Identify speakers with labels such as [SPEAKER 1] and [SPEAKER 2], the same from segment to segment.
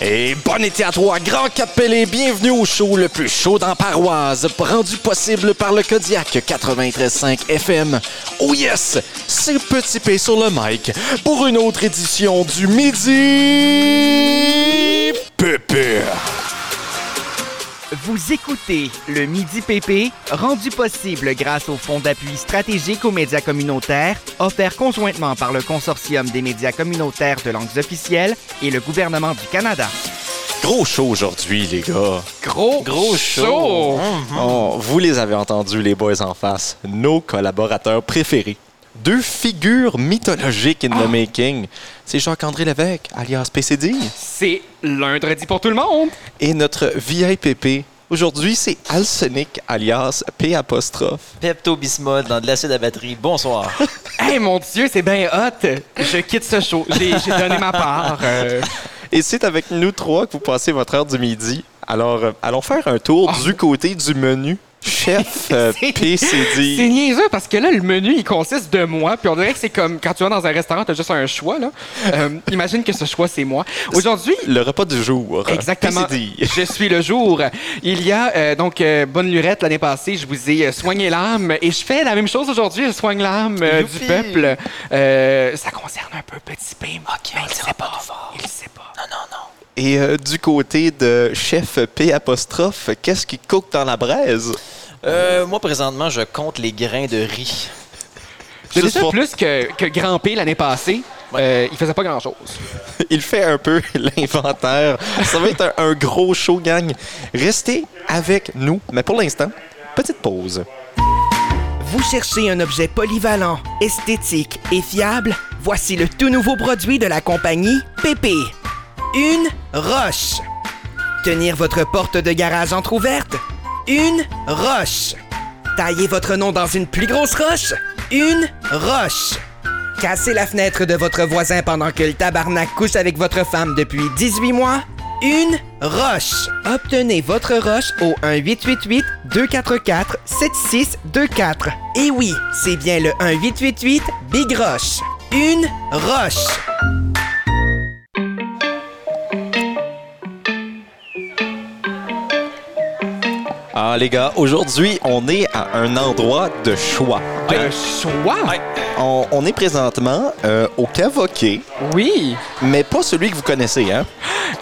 [SPEAKER 1] Et bon été à toi, Grand Capelé. Bienvenue au show le plus chaud dans Paroise, rendu possible par le Kodiak 93.5 FM. Oh yes, c'est Petit P sur le mic pour une autre édition du Midi Pépé.
[SPEAKER 2] Vous écoutez le Midi PP, rendu possible grâce au Fonds d'appui stratégique aux médias communautaires, offert conjointement par le Consortium des médias communautaires de langues officielles et le gouvernement du Canada.
[SPEAKER 1] Gros show aujourd'hui, les gars.
[SPEAKER 2] Gros,
[SPEAKER 3] Gros show. Mhm.
[SPEAKER 2] show.
[SPEAKER 1] Oh, vous les avez entendus, les boys en face, nos collaborateurs préférés. Deux figures mythologiques in the
[SPEAKER 3] Ah.
[SPEAKER 1] making. C'est Jacques-André Lévesque, alias PCD,
[SPEAKER 3] C'est lundi pour tout le monde.
[SPEAKER 1] et notre VIPP. Aujourd'hui, c'est Alsonic, alias P apostrophe.
[SPEAKER 4] Pepto-Bismol dans de l'acide à batterie. Bonsoir.
[SPEAKER 3] Hey, mon Dieu, c'est bien hot. Je quitte ce show. J'ai j'ai donné ma part. Euh,
[SPEAKER 1] Et c'est avec nous trois que vous passez votre heure du midi. Alors, euh, allons faire un tour
[SPEAKER 3] Ah.
[SPEAKER 1] du côté du menu. Chef euh,
[SPEAKER 3] C'est- C'est
[SPEAKER 1] PCD.
[SPEAKER 3] niaiseux parce que là, le menu, il consiste de moi. Puis on dirait que c'est comme quand tu vas dans un restaurant, t'as juste un choix. Là. Euh, imagine que ce choix, c'est moi. Aujourd'hui,
[SPEAKER 1] Le repas du jour.
[SPEAKER 3] Exactement.
[SPEAKER 1] PCD.
[SPEAKER 3] Je suis le jour. Il y a euh, donc euh, bonne lurette l'année passée, je vous ai euh, soigné l'âme et je fais la même chose aujourd'hui, je soigne l'âme euh, du
[SPEAKER 4] Youpi!
[SPEAKER 3] peuple. Euh, ça concerne un peu petit P. OK, il sait pas. Il sait pas.
[SPEAKER 1] Et euh, du côté de chef P apostrophe, qu'est-ce qui coque dans la braise?
[SPEAKER 4] Euh, moi, présentement, je compte les grains de riz.
[SPEAKER 3] C'est
[SPEAKER 1] Juste
[SPEAKER 3] déjà
[SPEAKER 1] pour-
[SPEAKER 3] plus que, que Grand P l'année passée. Euh, il faisait pas grand chose.
[SPEAKER 1] Il fait un peu l'inventaire. Ça va être un, un gros show, gang. Restez avec nous. Mais pour l'instant, petite pause.
[SPEAKER 2] Vous cherchez un objet polyvalent, esthétique et fiable? Voici le tout nouveau produit de la compagnie PP. Une roche. Tenir votre porte de garage entr'ouverte? Une roche. Tailler votre nom dans une plus grosse roche? Une roche. Casser la fenêtre de votre voisin pendant que le tabarnak couche avec votre femme depuis 18 mois? Une roche. Obtenez votre roche au 1-888-244-7624. Et oui, c'est bien le 1-888 Big Roche. Une roche.
[SPEAKER 1] Ah, les gars, aujourd'hui, on est à un endroit de choix. Euh,
[SPEAKER 3] Un choix?
[SPEAKER 1] On, on est présentement euh, au Cavoquet,
[SPEAKER 3] Oui.
[SPEAKER 1] mais pas celui que vous connaissez, hein?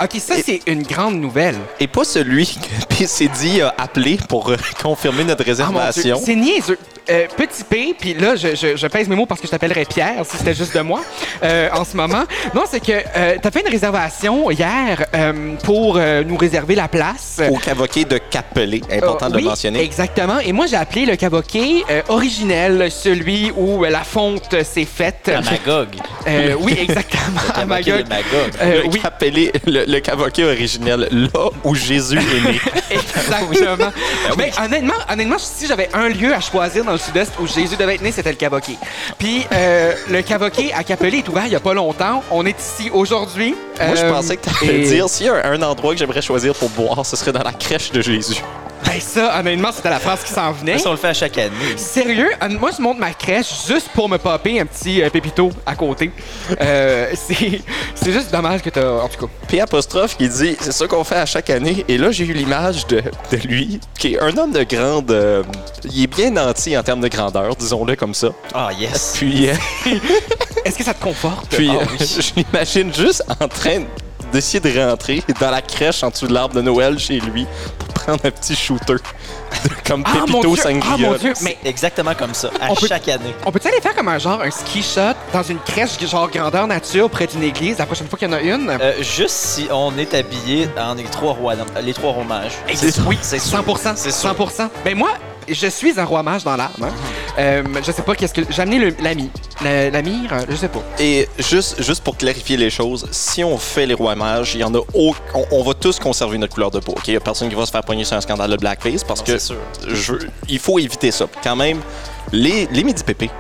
[SPEAKER 3] OK, ça, c'est une grande nouvelle.
[SPEAKER 1] Et pas celui que PCD a appelé pour euh, confirmer notre
[SPEAKER 3] Ah, mon Dieu,
[SPEAKER 1] réservation.
[SPEAKER 3] C'est niaiseux. Euh, petit P, puis là, je, je- je pèse mes mots parce que je t'appellerais Pierre si c'était juste de moi euh, en ce moment. Non, c'est que euh, t'as fait une réservation hier euh, pour euh, nous réserver la place.
[SPEAKER 1] au Cavoquet de Capelé, important
[SPEAKER 3] Euh,
[SPEAKER 1] de le
[SPEAKER 3] oui,
[SPEAKER 1] mentionner.
[SPEAKER 3] Exactement. Et moi, j'ai appelé le cavoquet euh, originel, celui où euh, la fonte euh, s'est faite.
[SPEAKER 4] À Magog.
[SPEAKER 3] Euh, oui, exactement. à Magog.
[SPEAKER 4] Magog. Magog.
[SPEAKER 3] Euh,
[SPEAKER 1] le,
[SPEAKER 3] oui,
[SPEAKER 1] Capelé- le, le Cavoquet originel, là où Jésus est né.
[SPEAKER 3] exactement.
[SPEAKER 1] Ben
[SPEAKER 3] Mais Ben, honnêtement, honnêtement, si j'avais un lieu à choisir dans le sud-est où Jésus devait être né, c'était le cavoquet. Puis euh, le cavoquet à Capelé est ouvert il n'y a pas longtemps. On est ici aujourd'hui.
[SPEAKER 1] Moi, je
[SPEAKER 3] Euh,
[SPEAKER 1] pensais que tu allais
[SPEAKER 3] et-
[SPEAKER 1] dire s'il y a un endroit que j'aimerais choisir pour boire, ce serait dans la crèche de Jésus.
[SPEAKER 3] Ben ça, honnêtement, c'était la phrase qui s'en venait.
[SPEAKER 4] Ça, on le fait à chaque année.
[SPEAKER 3] Sérieux, hon- moi je monte ma crèche juste pour me popper un petit euh, pépito à côté. Euh, c'est c'est juste dommage que t'as. En tout cas.
[SPEAKER 1] P apostrophe qui dit c'est ça qu'on fait à chaque année. Et là, j'ai eu l'image de, de lui, qui est un homme de grande. euh, il est bien nanti en termes de grandeur, disons-le comme ça.
[SPEAKER 4] Ah, yes.
[SPEAKER 1] Puis, euh,
[SPEAKER 3] Est-ce que ça te conforte?
[SPEAKER 1] puis
[SPEAKER 4] Ah
[SPEAKER 1] euh, je l'imagine juste en train d'essayer de rentrer dans la crèche en dessous de l'arbre de Noël chez lui pour prendre un petit shooter de- comme
[SPEAKER 3] Ah mon,
[SPEAKER 1] Pépito
[SPEAKER 3] Dieu, ah
[SPEAKER 1] Sangria.
[SPEAKER 3] mon Dieu! Mais
[SPEAKER 4] Mais exactement comme ça, à
[SPEAKER 3] On peut-
[SPEAKER 4] chaque année.
[SPEAKER 3] on peut-tu aller faire comme un genre un ski shot dans une crèche genre grandeur nature près d'une église la prochaine fois qu'il y en a une?
[SPEAKER 4] Euh, juste si on est habillé en les trois rois, les trois romages.
[SPEAKER 3] oui,
[SPEAKER 4] c'est sûr.
[SPEAKER 3] 100%.
[SPEAKER 4] C'est sûr.
[SPEAKER 3] 100%. Ben moi, je suis un roi mage dans l'âme. hein. Euh, je sais pas qu'est-ce que. J'ai amené le- l'ami. Le- L'ami, euh, je sais pas.
[SPEAKER 1] Et juste, juste pour clarifier les choses, si on fait les rois mages, il y en a au- on, on va tous conserver notre couleur de peau. ok? Il n'y a personne qui va se faire poigner sur un scandale de blackface parce
[SPEAKER 4] Non,
[SPEAKER 1] que
[SPEAKER 4] c'est sûr.
[SPEAKER 1] je, il faut éviter ça. Quand même, les, les midi pépés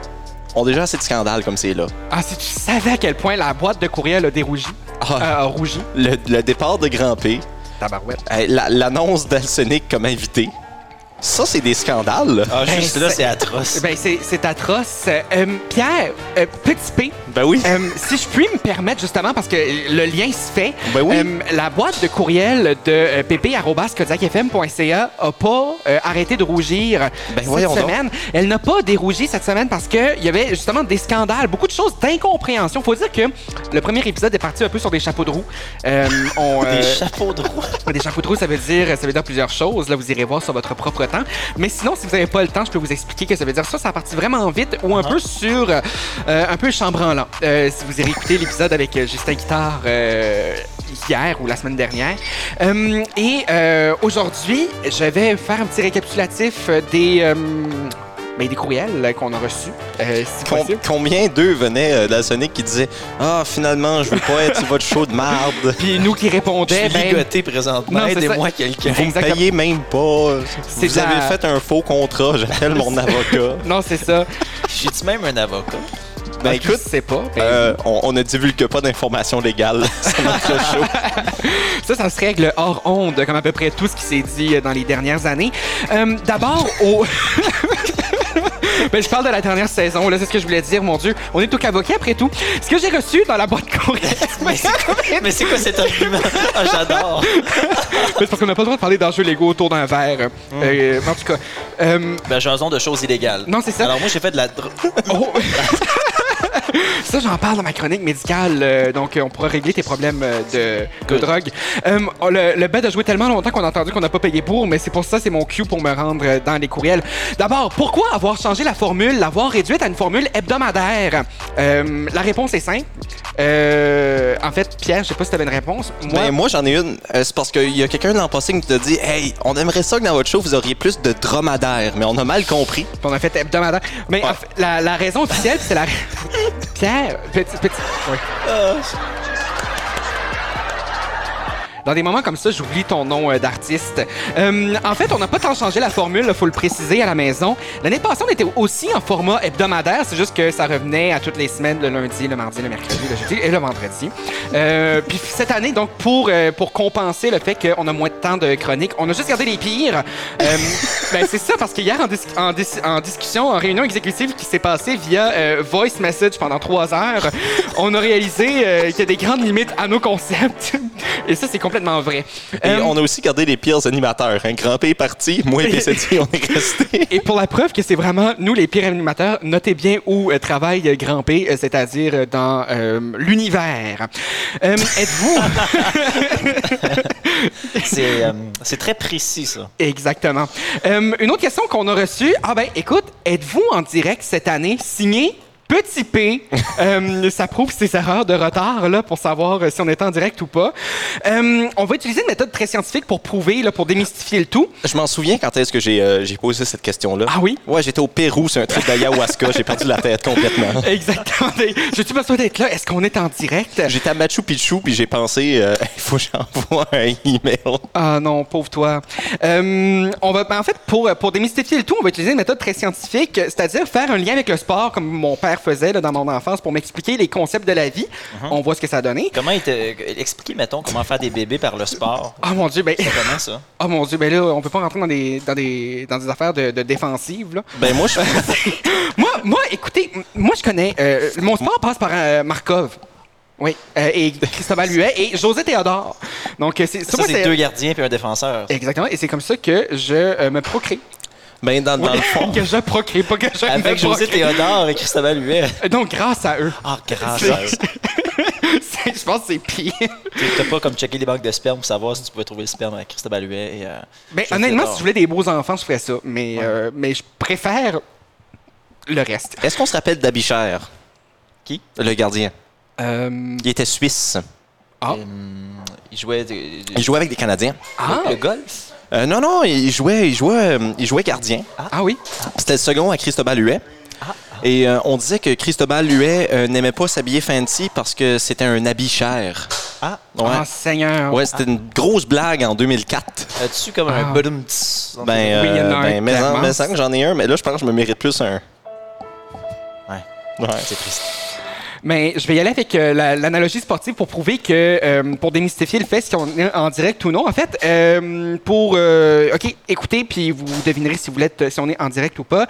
[SPEAKER 1] ont déjà assez de scandales comme c'est là.
[SPEAKER 3] Ah, si tu savais à quel point la boîte de courriel a dérougi.
[SPEAKER 1] Ah,
[SPEAKER 3] Euh, a rougi.
[SPEAKER 1] le, le départ de Grand P,
[SPEAKER 3] Tabarouette.
[SPEAKER 1] euh, la- l'annonce d'Alsonic comme invité.
[SPEAKER 4] Ça, c'est des scandales.
[SPEAKER 5] Ah,
[SPEAKER 3] Ben,
[SPEAKER 5] juste là,
[SPEAKER 3] c'est-
[SPEAKER 5] c'est atroce.
[SPEAKER 3] Ben, c'est c'est atroce. Euh, euh, Pierre, euh, petit P,
[SPEAKER 4] Ben oui.
[SPEAKER 1] Hein?
[SPEAKER 3] Euh, si je puis me permettre, justement, parce que le lien se fait, euh,
[SPEAKER 4] Ben oui.
[SPEAKER 3] la boîte de courriel de euh, pp.kodiakfm.ca n'a pas euh, arrêté de rougir cette
[SPEAKER 4] Ben voyons donc.
[SPEAKER 3] semaine. Elle n'a pas dérougi cette semaine parce qu'il y avait justement des scandales, beaucoup de choses d'incompréhension. faut dire que le premier épisode est parti un peu sur des chapeaux de roue. Euh, on,
[SPEAKER 5] Des
[SPEAKER 3] euh,
[SPEAKER 5] chapeaux de roue.
[SPEAKER 3] des chapeaux de roue, ça veut dire ça veut dire plusieurs choses. Là, vous irez voir sur votre propre temps. Mais sinon, si vous n'avez pas le temps, je peux vous expliquer que ça veut dire ça. Ça a parti vraiment vite ou un peu sur euh, un peu chambranlant. Euh, si vous irez écouter l'épisode avec euh, Justin Guitard euh, hier ou la semaine dernière. Euh, et euh, aujourd'hui, je vais faire un petit récapitulatif des euh, ben, des courriels euh, qu'on a reçus, euh, si
[SPEAKER 4] Com-
[SPEAKER 3] possible.
[SPEAKER 4] combien d'eux venaient euh, de la Sonic qui disaient Ah, finalement, je veux pas être sur votre show de marde.
[SPEAKER 3] Puis nous qui
[SPEAKER 5] Je suis
[SPEAKER 3] répondait, ben,
[SPEAKER 5] ligoté présentement.
[SPEAKER 3] Non, c'est
[SPEAKER 5] Aidez-moi
[SPEAKER 3] ça.
[SPEAKER 5] quelqu'un.
[SPEAKER 4] Vous me
[SPEAKER 3] Exactement.
[SPEAKER 4] payez même pas.
[SPEAKER 3] C'est
[SPEAKER 4] Vous avez
[SPEAKER 3] la-
[SPEAKER 4] fait un faux contrat. J'appelle mon avocat.
[SPEAKER 3] non, c'est ça.
[SPEAKER 5] Je suis même un avocat.
[SPEAKER 3] Ah,
[SPEAKER 4] Ben
[SPEAKER 3] je
[SPEAKER 4] écoute,
[SPEAKER 3] sais pas. Ben,
[SPEAKER 4] euh, on, on ne divulgue pas d'informations légales sur notre show.
[SPEAKER 3] Ça, ça se règle hors onde, comme à peu près tout ce qui s'est dit euh, dans les dernières années. Euh, D'abord, au... Ben, je parle de la dernière saison, là, c'est ce que je voulais dire, mon Dieu. On est au cavoquet après tout. Ce que j'ai reçu dans la boîte courriel.
[SPEAKER 5] Mais c'est quoi, mais c'est quoi cet argument? Ah, j'adore.
[SPEAKER 3] Ben, c'est parce qu'on n'a pas le droit de parler d'enjeux légaux autour d'un verre.
[SPEAKER 5] Hum.
[SPEAKER 3] Euh, en tout cas. euh,
[SPEAKER 5] Ben, jason de choses illégales.
[SPEAKER 3] Non, c'est ça.
[SPEAKER 5] Alors, moi, j'ai fait de la dro-
[SPEAKER 3] oh. Ça, j'en parle dans ma chronique médicale, euh, donc euh, on pourra régler tes problèmes euh, de, de
[SPEAKER 5] Good.
[SPEAKER 3] drogue. Euh, on- le, le bed a joué tellement longtemps qu'on a entendu qu'on n'a pas payé pour, mais c'est pour ça, c'est mon cue pour me rendre euh, dans les courriels. D'abord, pourquoi avoir changé la formule, l'avoir réduite à une formule hebdomadaire? Euh, la réponse est simple. Euh, en fait, Pierre, je sais pas si tu avais une réponse. Moi,
[SPEAKER 4] Ben, moi, j'en ai une. Euh, c'est parce qu'il y a quelqu'un l'an passé qui t'a dit Hey, on aimerait ça que dans votre show, vous auriez plus de dromadaires. Mais on a mal compris.
[SPEAKER 3] on a fait hebdomadaire. Mais en fait, la, la raison officielle, c'est la... Pierre, petit, petit... oui. Dans des moments comme ça, j'oublie ton nom euh, d'artiste. Euh, en fait, on n'a pas tant changé la formule, il faut le préciser à la maison. L'année passée, on était aussi en format hebdomadaire, c'est juste que ça revenait à toutes les semaines, le lundi, le mardi, le mercredi, le jeudi et le vendredi. Euh, puis cette année, donc, pour, euh, pour compenser le fait qu'on a moins de temps de chronique, on a juste gardé les pires. Euh, ben, c'est ça, parce qu'hier, en, dis- en, dis- en discussion, en réunion exécutive qui s'est passée via euh, voice message pendant trois heures, on a réalisé euh, qu'il y a des grandes limites à nos concepts. Et ça, c'est complètement vrai.
[SPEAKER 4] Et
[SPEAKER 3] Euh,
[SPEAKER 4] on a aussi gardé les pires animateurs. Un grand P est parti. Moi et PCT, on est restés.
[SPEAKER 3] Et pour la preuve que c'est vraiment nous les pires animateurs, notez bien où euh, travaille euh, Grand P, euh, c'est-à-dire euh, dans euh, l'univers. Euh, Êtes-vous
[SPEAKER 5] C'est euh, c'est très précis, ça.
[SPEAKER 3] exactement Euh, Une autre question qu'on a reçue. Ah ben, écoute, êtes-vous en direct cette année signé? Petit P, Euh, ça prouve ses erreurs de retard là pour savoir euh, si on est en direct ou pas. Euh, on va utiliser une méthode très scientifique pour prouver, là, pour démystifier le tout.
[SPEAKER 4] Je m'en souviens quand est-ce que j'ai euh, j'ai posé cette question-là.
[SPEAKER 3] Ah oui?
[SPEAKER 4] Ouais, j'étais au Pérou sur un trip d'ayahuasca. j'ai perdu la tête complètement.
[SPEAKER 3] Exactement. J'ai-tu besoin d'être là? Est-ce qu'on est en direct?
[SPEAKER 4] J'étais à Machu Picchu puis j'ai pensé euh, il faut que j'envoie un email.
[SPEAKER 3] Ah non, pauvre toi. Euh, on va, ben, en fait, pour, pour démystifier le tout, on va utiliser une méthode très scientifique, c'est-à-dire faire un lien avec le sport, comme mon père faisait là, dans mon enfance, pour m'expliquer les concepts de la vie. On voit ce que ça a donné.
[SPEAKER 5] Comment il te- Expliquez, mettons, comment faire des bébés par le sport.
[SPEAKER 3] Ah mon dieu, ben,
[SPEAKER 5] Comment ça?
[SPEAKER 3] oh mon dieu, ben là, on peut pas rentrer dans des, dans des, dans des affaires de, de défensives. là.
[SPEAKER 4] Ben moi je
[SPEAKER 3] moi, moi, écoutez, m- moi je connais. euh, mon sport passe par euh, Markov. Oui, euh, et Christophe Huet et José Théodore. Donc, euh, c'est
[SPEAKER 5] Ça,
[SPEAKER 3] moi,
[SPEAKER 5] c'est deux gardiens puis un défenseur.
[SPEAKER 3] Exactement, et c'est comme ça que je euh, me procrée.
[SPEAKER 4] ben dans, dans le fond
[SPEAKER 3] que je procrée, pas que je me
[SPEAKER 5] Avec
[SPEAKER 3] procrée.
[SPEAKER 5] José Théodore et Christophe Huet.
[SPEAKER 3] Donc, grâce à eux.
[SPEAKER 5] Ah, grâce
[SPEAKER 3] C'est-
[SPEAKER 5] à eux.
[SPEAKER 3] C'est- je pense que c'est pire.
[SPEAKER 5] T'as pas comme checké les banques de sperme pour savoir si tu pouvais trouver le sperme à Christophe Huet et. euh,
[SPEAKER 3] Ben,
[SPEAKER 5] José
[SPEAKER 3] honnêtement,
[SPEAKER 5] Théodore.
[SPEAKER 3] si je voulais des beaux enfants, je ferais ça. Mais, euh, mais je préfère le reste.
[SPEAKER 4] est-ce qu'on se rappelle d'Abicher
[SPEAKER 5] Qui?
[SPEAKER 4] le gardien
[SPEAKER 3] Euh,
[SPEAKER 4] il était suisse
[SPEAKER 3] ah.
[SPEAKER 5] Il jouait. des-
[SPEAKER 4] il jouait avec des Canadiens
[SPEAKER 3] Ah.
[SPEAKER 5] Le golf?
[SPEAKER 4] Euh, non non il jouait il jouait euh, il jouait gardien
[SPEAKER 3] ah oui.
[SPEAKER 4] C'était le second à Cristobal Huet. Et euh, on disait que Cristobal Huet euh, n'aimait pas s'habiller fancy parce que c'était un habit cher.
[SPEAKER 5] Ah,
[SPEAKER 4] Ouais,
[SPEAKER 3] Ah, Seigneur.
[SPEAKER 4] ouais c'était une grosse blague en 2004.
[SPEAKER 5] as-tu comme un
[SPEAKER 3] Ah.
[SPEAKER 5] bottom tss dans
[SPEAKER 4] Ben,
[SPEAKER 5] tes-
[SPEAKER 4] euh,
[SPEAKER 3] il y en a un,
[SPEAKER 4] ben, mais
[SPEAKER 3] clairement.
[SPEAKER 4] en- mais sans que j'en ai un, mais là, je pense que je me mérite plus un.
[SPEAKER 5] Ouais.
[SPEAKER 4] Ouais.
[SPEAKER 5] C'est triste.
[SPEAKER 3] Mais je vais y aller avec euh, la- l'analogie sportive pour prouver que, euh, pour démystifier le fait si on est en direct ou non. En fait, euh, pour, euh, OK, écoutez, puis vous devinerez si vous l'êtes, si on est en direct ou pas.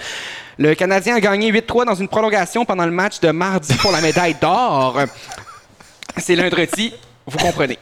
[SPEAKER 3] Le Canadien a gagné 8-3 dans une prolongation pendant le match de mardi pour la médaille d'or. C'est lundi, vous comprenez.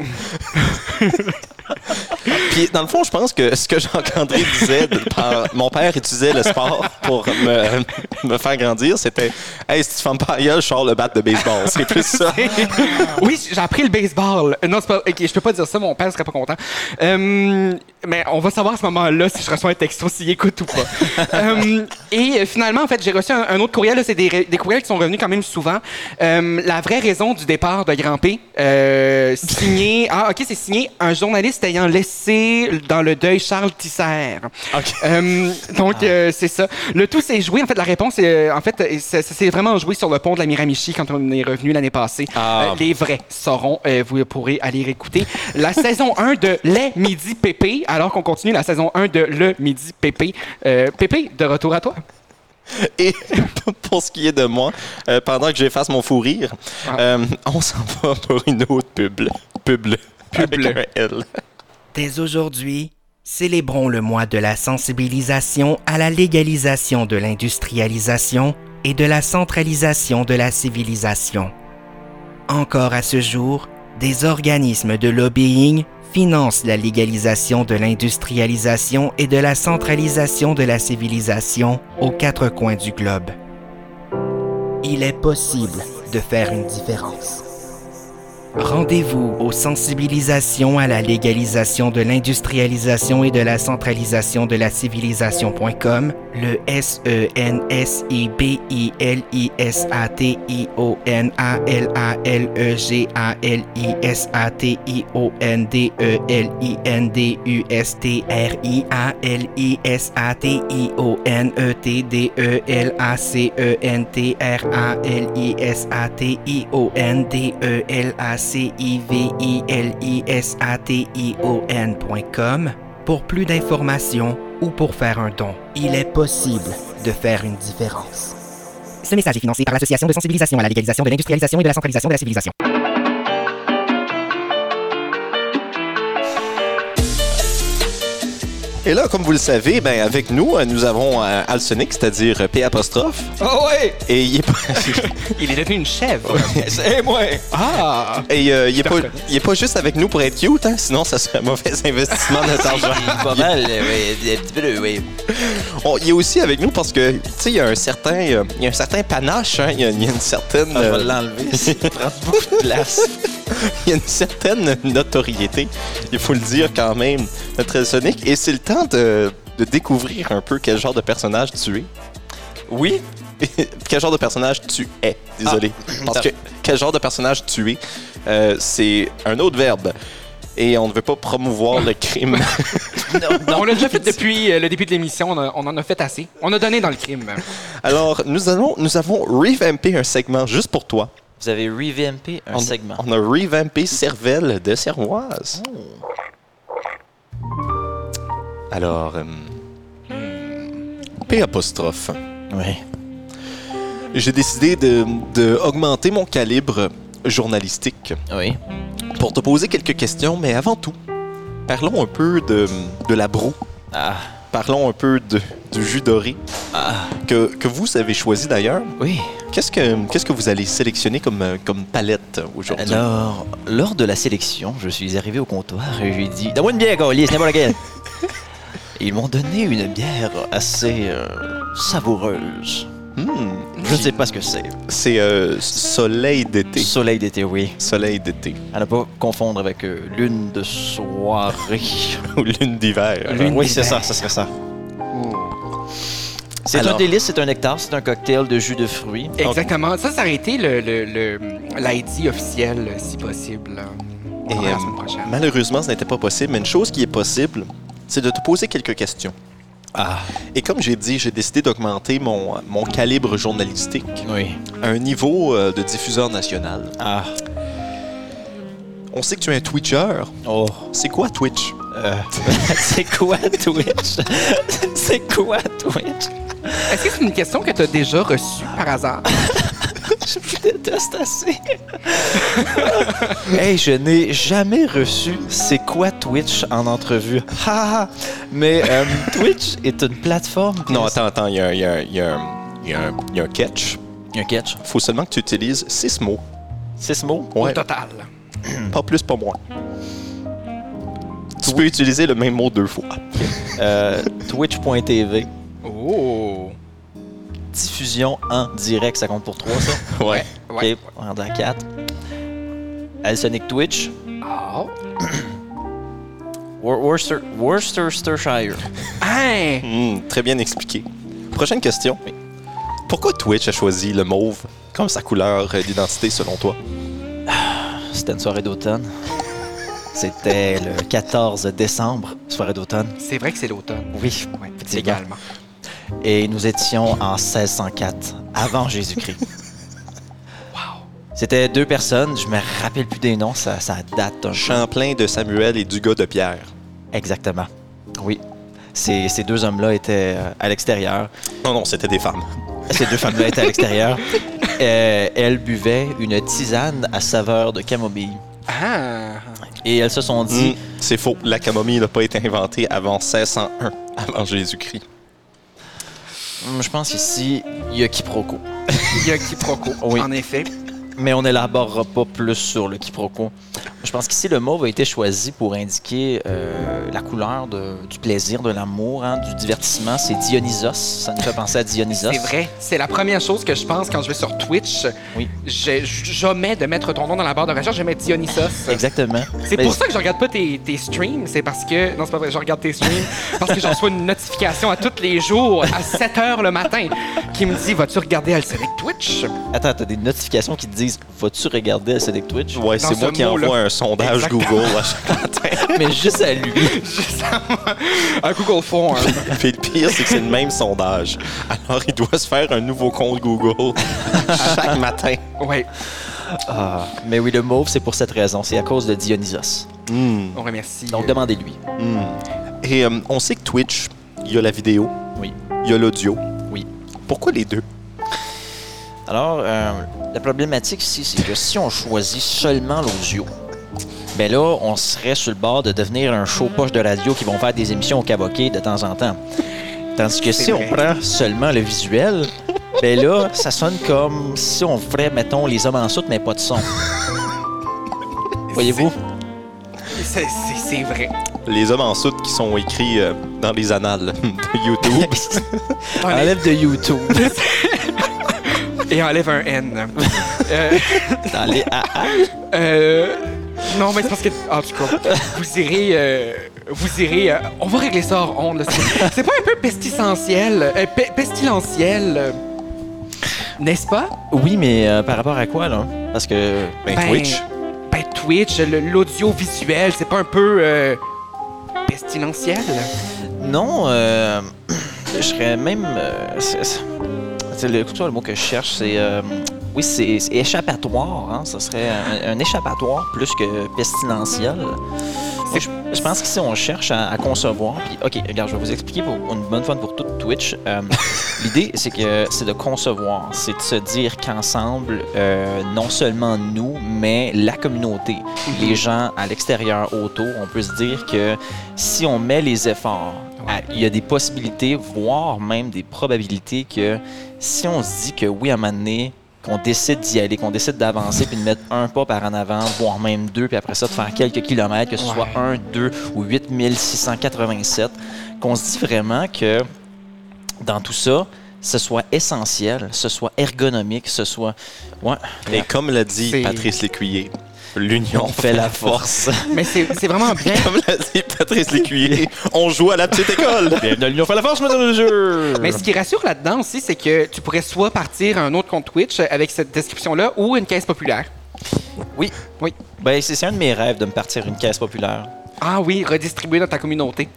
[SPEAKER 4] Puis, dans le fond, je pense que ce que Jean-André disait, de- par- mon père utilisait le sport pour me, me faire grandir, c'était Hey, si tu fais pas la gueule, je sors le bat de baseball. C'est plus ça.
[SPEAKER 3] oui, j'ai appris le baseball. Euh, Non, c'est pas. ok, je peux pas dire ça, mon père serait pas content. Euh, mais on va savoir à ce moment-là si je reçois un texto, s'il écoute ou pas. Euh, et euh, finalement, en fait, j'ai reçu un, un autre courriel. là, C'est des, ré- des courriels qui sont revenus quand même souvent. Euh, la vraie raison du départ de Grand P, euh, signé. Ah, ok, c'est signé un journaliste ayant laissé dans le deuil Charles Tisser.
[SPEAKER 4] OK. Ah.
[SPEAKER 3] Euh, donc, euh, c'est ça. Le tout s'est joué. En fait, la réponse, est, euh, en fait, euh, ça, ça s'est vraiment joué sur le pont de la Miramichi quand on est revenu l'année passée.
[SPEAKER 4] Ah.
[SPEAKER 3] Euh, les vrais sauront. euh, vous pourrez aller écouter la saison 1 de Les Midi Pépé, alors qu'on continue la saison 1 de Le Midi Pépé. Euh, Pépé, de retour à toi.
[SPEAKER 4] Et pour ce qui est de moi, euh, pendant que j'efface mon fou rire,
[SPEAKER 3] Ah.
[SPEAKER 4] euh, on s'en va pour une autre pub. Pub.
[SPEAKER 3] Pub.
[SPEAKER 4] Avec un L.
[SPEAKER 2] Dès aujourd'hui, célébrons le mois de la sensibilisation à la légalisation de l'industrialisation et de la centralisation de la civilisation. Encore à ce jour, des organismes de lobbying financent la légalisation de l'industrialisation et de la centralisation de la civilisation aux quatre coins du globe. Il est possible de faire une différence. Rendez-vous aux sensibilisations à la légalisation de l'industrialisation et de la centralisation de la civilisation.com, le E E S-E-N-S-I-B-I-L-I-S-A-T-I-O-N-A-L-A-L-E-G-A-L-I-S-A-T-I-O-N-D-E-L-A-C-E-N-T-R-A-L-I-S-A-T-I-O-N-D-E-L-A-C-I-V-I-L-I-S-A-T-I-O-N.com pour plus d'informations ou pour faire un don. Il est possible de faire une différence. Ce message est financé par l'Association de sensibilisation à la légalisation de l'industrialisation et de la centralisation de la civilisation.
[SPEAKER 4] Et là, comme vous le savez, ben, avec nous, euh, nous avons euh, Alsonic, c'est-à-dire euh, P apostrophe.
[SPEAKER 3] Oh ouais!
[SPEAKER 4] Et il est pas,
[SPEAKER 3] Il est devenu une chèvre.
[SPEAKER 4] C'est moi.
[SPEAKER 3] Ah!
[SPEAKER 4] Et euh, il, est pas, il est pas juste avec nous pour être cute, hein, sinon ça serait un mauvais investissement de notre argent.
[SPEAKER 5] Pas mal, euh, oui, un petit peu de- oui.
[SPEAKER 4] On- il est aussi avec nous parce que, tu sais, il y a un certain, euh, il y a un certain panache, hein, il y a, il y a une certaine,
[SPEAKER 5] Ah, je
[SPEAKER 4] euh,
[SPEAKER 5] vais l'enlever, ça prend beaucoup de place.
[SPEAKER 4] il y a une certaine notoriété. Il faut le dire quand même, notre Sonic. Et c'est le temps de, de découvrir un peu quel genre de personnage tu es.
[SPEAKER 5] Oui, Ah.
[SPEAKER 4] quel genre de personnage tu es. Désolé. Parce que quel genre de personnage tu es, euh, c'est un autre verbe. Et on ne veut pas promouvoir le crime.
[SPEAKER 3] On l'a déjà fait depuis euh, le début de l'émission. On, a- on en a fait assez. On a donné dans le crime.
[SPEAKER 4] Alors, nous, allons, nous avons revampé un segment juste pour toi.
[SPEAKER 5] vous avez revampé un
[SPEAKER 4] on,
[SPEAKER 5] segment.
[SPEAKER 4] on a revampé Cervelle de Cervoise.
[SPEAKER 5] Oh.
[SPEAKER 4] Alors, euh, hmm, P apostrophe.
[SPEAKER 5] Oui.
[SPEAKER 4] J'ai décidé de, de augmenter mon calibre journalistique.
[SPEAKER 5] Oui.
[SPEAKER 4] pour te poser quelques questions, mais avant tout, parlons un peu de, de la broue.
[SPEAKER 5] Ah.
[SPEAKER 4] Parlons un peu de, du jus doré
[SPEAKER 5] Ah.
[SPEAKER 4] que, que vous avez choisi d'ailleurs.
[SPEAKER 5] Oui.
[SPEAKER 4] Qu'est-ce que, qu'est-ce que vous allez sélectionner comme, euh, comme palette aujourd'hui?
[SPEAKER 5] Alors, lors de la sélection, je suis arrivé au comptoir et j'ai dit Donne-moi une bière, Carlis, n'importe laquelle. Ils m'ont donné une bière assez euh, savoureuse.
[SPEAKER 4] Hmm,
[SPEAKER 5] Je ne sais pas ce que c'est.
[SPEAKER 4] c'est euh, soleil d'été.
[SPEAKER 5] Soleil d'été, oui.
[SPEAKER 4] Soleil d'été.
[SPEAKER 5] À ne pas confondre avec euh, lune de soirée.
[SPEAKER 4] Ou lune d'hiver. alors.
[SPEAKER 3] Lune
[SPEAKER 5] oui, c'est
[SPEAKER 3] d'hiver.
[SPEAKER 5] ça, ça serait ça. C'est un
[SPEAKER 4] Alors-
[SPEAKER 5] délice, c'est un nectar, c'est un cocktail de jus de fruits.
[SPEAKER 3] Exactement. Ça, ça aurait été le, le, le- l'ID officiel, si possible.
[SPEAKER 4] Et,
[SPEAKER 3] Et, la
[SPEAKER 4] euh,
[SPEAKER 3] semaine prochaine.
[SPEAKER 4] Malheureusement, ce n'était pas possible, mais une chose qui est possible, c'est de te poser quelques questions.
[SPEAKER 5] Ah.
[SPEAKER 4] Et comme j'ai dit, j'ai décidé d'augmenter mon, mon calibre journalistique
[SPEAKER 5] Oui.
[SPEAKER 4] à un niveau euh, de diffuseur national.
[SPEAKER 5] Ah.
[SPEAKER 4] On sait que tu es un Twitcher.
[SPEAKER 5] Oh.
[SPEAKER 4] C'est quoi Twitch?
[SPEAKER 5] Euh, c'est quoi Twitch? c'est quoi Twitch?
[SPEAKER 3] Est-ce que c'est une question que tu as déjà reçue par hasard?
[SPEAKER 5] Je vous déteste assez. hey, je n'ai jamais reçu c'est quoi Twitch en entrevue. Ha, ha, ha. Mais euh, Twitch est une plateforme. pour-
[SPEAKER 4] Non, attends, attends, il y a, il y a- il y a un- il y a un- il y a un catch.
[SPEAKER 5] Il y a un catch.
[SPEAKER 4] faut seulement que tu utilises six mots.
[SPEAKER 5] Six mots.
[SPEAKER 3] Au
[SPEAKER 4] Ouais,
[SPEAKER 3] total.
[SPEAKER 4] pas plus, pas moins. Tu peux utiliser le même mot deux fois.
[SPEAKER 5] Euh, Twitch.tv.
[SPEAKER 3] Oh.
[SPEAKER 5] Diffusion en direct, ça compte pour trois, ça.
[SPEAKER 4] Ouais.
[SPEAKER 3] Ouais.
[SPEAKER 5] Ok, on est rendu à quatre. Alsonic Twitch.
[SPEAKER 4] Ah.
[SPEAKER 3] Oh.
[SPEAKER 5] Wor- Worcester- Worcestershire.
[SPEAKER 3] Hein.
[SPEAKER 4] Hmm, très bien expliqué. Prochaine question. Pourquoi Twitch a choisi le mauve comme sa couleur euh, d'identité selon toi?
[SPEAKER 5] C'était une soirée d'automne. C'était le 14 décembre, soirée d'automne.
[SPEAKER 3] C'est vrai que c'est l'automne.
[SPEAKER 5] Oui,
[SPEAKER 3] Ouais,
[SPEAKER 5] Petit
[SPEAKER 3] également.
[SPEAKER 5] et nous étions en 1604, avant Jésus-Christ. C'était deux personnes, je me rappelle plus des noms, ça, ça date un peu.
[SPEAKER 4] Champlain de Samuel et Dugas de Pierre.
[SPEAKER 5] Exactement. Oui. Ces, ces deux hommes-là étaient euh, à l'extérieur.
[SPEAKER 4] Non, non, c'était des femmes.
[SPEAKER 5] Ces deux femmes-là étaient à l'extérieur. Euh, elles buvaient une tisane à saveur de camomille.
[SPEAKER 3] Ah.
[SPEAKER 5] Et elles se sont dit,
[SPEAKER 4] Hmm, C'est faux. La camomille n'a pas été inventée avant 1601, avant Jésus-Christ.
[SPEAKER 5] Hmm, je pense ici, il y a quiproquo.
[SPEAKER 3] Il y a quiproquo.
[SPEAKER 5] Oui.
[SPEAKER 3] En effet.
[SPEAKER 5] mais on n'élaborera pas plus sur le quiproquo. Je pense qu'ici, le mauve a été choisi pour indiquer euh, la couleur de- du plaisir, de l'amour, hein, du divertissement. C'est Dionysos. Ça nous fait penser à Dionysos.
[SPEAKER 3] C'est vrai. C'est la première chose que je pense quand je vais sur Twitch.
[SPEAKER 5] Oui.
[SPEAKER 3] Je- J'omets de mettre ton nom dans la barre de recherche, je mets Dionysos.
[SPEAKER 5] Exactement.
[SPEAKER 3] C'est
[SPEAKER 5] Mais-
[SPEAKER 3] pour ça que je regarde pas tes, tes streams, c'est parce que. Non, c'est pas vrai, je regarde tes streams parce que j'en reçois une notification à tous les jours, à 7 h le matin, qui me dit Vas-tu regarder Alcenic Twitch
[SPEAKER 5] Attends, t'as des notifications qui te disent Vas-tu regarder Cédric Twitch
[SPEAKER 4] Ouais,
[SPEAKER 3] Dans
[SPEAKER 4] c'est
[SPEAKER 3] ce
[SPEAKER 4] moi qui
[SPEAKER 3] mot-là.
[SPEAKER 4] envoie un sondage
[SPEAKER 3] Exactement.
[SPEAKER 4] Google à chaque matin.
[SPEAKER 5] Mais juste à lui.
[SPEAKER 3] Juste avant- un Google hein. Form.
[SPEAKER 4] Puis le pire, c'est que c'est le même sondage. Alors, il doit se faire un nouveau compte Google chaque matin.
[SPEAKER 3] Ouais,
[SPEAKER 5] Ah, mais oui, le mauve, c'est pour cette raison. C'est à cause de Dionysos.
[SPEAKER 3] on remercie.
[SPEAKER 5] Donc, demandez-lui.
[SPEAKER 4] Et euh, on sait que Twitch, il y a la vidéo,
[SPEAKER 5] Oui.
[SPEAKER 4] il y a l'audio.
[SPEAKER 5] Oui.
[SPEAKER 4] Pourquoi les deux?
[SPEAKER 5] Alors, euh, la problématique ici, c'est que si on choisit seulement l'audio, ben là, on serait sur le bord de devenir un show poche de radio qui vont faire des émissions au caboquet de temps en temps. Tandis que si
[SPEAKER 3] vrai.
[SPEAKER 5] on prend seulement le visuel, ben là, ça sonne comme si on ferait, mettons, les hommes en soute, mais pas de son. Voyez-vous?
[SPEAKER 3] C'est c'est- c'est vrai.
[SPEAKER 4] Les hommes en soute qui sont écrits euh, dans les annales de YouTube.
[SPEAKER 5] Enlève de YouTube.
[SPEAKER 3] Et enlève un N. Euh,
[SPEAKER 5] Dans les AA.
[SPEAKER 3] euh, non, mais c'est parce que. En tout cas, vous irez. euh, vous irez. euh, on va régler ça hors onde. là. C'est- C'est pas un peu pestilentiel. euh, pe- pestilentiel. euh, N'est-ce pas?
[SPEAKER 5] Oui, mais euh, par rapport à quoi, là? Parce que...
[SPEAKER 4] Ben,
[SPEAKER 3] Ben,
[SPEAKER 4] Twitch.
[SPEAKER 3] Ben Twitch, le- l'audiovisuel, c'est pas un peu euh, pestilentiel?
[SPEAKER 5] Non, euh, je serais même. euh, c'est- c'est- c'est le, écoute-moi, le mot que je cherche, c'est. euh, oui, c'est c'est échappatoire. Hein, ça serait un, un échappatoire plus que pestilentiel. Moi, Je, je pense que si on cherche à, à concevoir, puis ok, regarde, je vais vous expliquer pour une bonne fois pour toute Twitch. euh, L'idée, c'est que c'est de concevoir, c'est de se dire qu'ensemble, euh, non seulement nous, mais la communauté, les gens à l'extérieur, autour, on peut se dire que si on met les efforts, à- il y a des possibilités, voire même des probabilités que si on se dit que oui, à un moment donné, qu'on décide d'y aller, qu'on décide d'avancer puis de mettre un pas par en avant, voire même deux, puis après ça de faire quelques kilomètres, que ce soit
[SPEAKER 3] Ouais.
[SPEAKER 5] 1, 2 ou 8687, qu'on se dit vraiment que dans tout ça, ce soit essentiel, ce soit ergonomique, ce soit... Ouais,
[SPEAKER 4] Et comme l'a dit
[SPEAKER 3] C'est-
[SPEAKER 4] Patrice Lécuyer, l'union
[SPEAKER 5] on fait la force.
[SPEAKER 3] Mais c'est c'est vraiment bien.
[SPEAKER 4] Comme l'a dit Patrice Lécuyer, on joue à la petite école.
[SPEAKER 5] Bienvenue à l'union fait la force, mesdames et messieurs!
[SPEAKER 3] Mais ce qui rassure là-dedans aussi, c'est que tu pourrais soit partir à un autre compte Twitch euh, avec cette description-là ou une caisse populaire.
[SPEAKER 5] Oui.
[SPEAKER 3] Oui.
[SPEAKER 5] Ben, c'est c'est un de mes rêves de me partir une caisse populaire.
[SPEAKER 3] Ah oui, redistribuer dans ta communauté.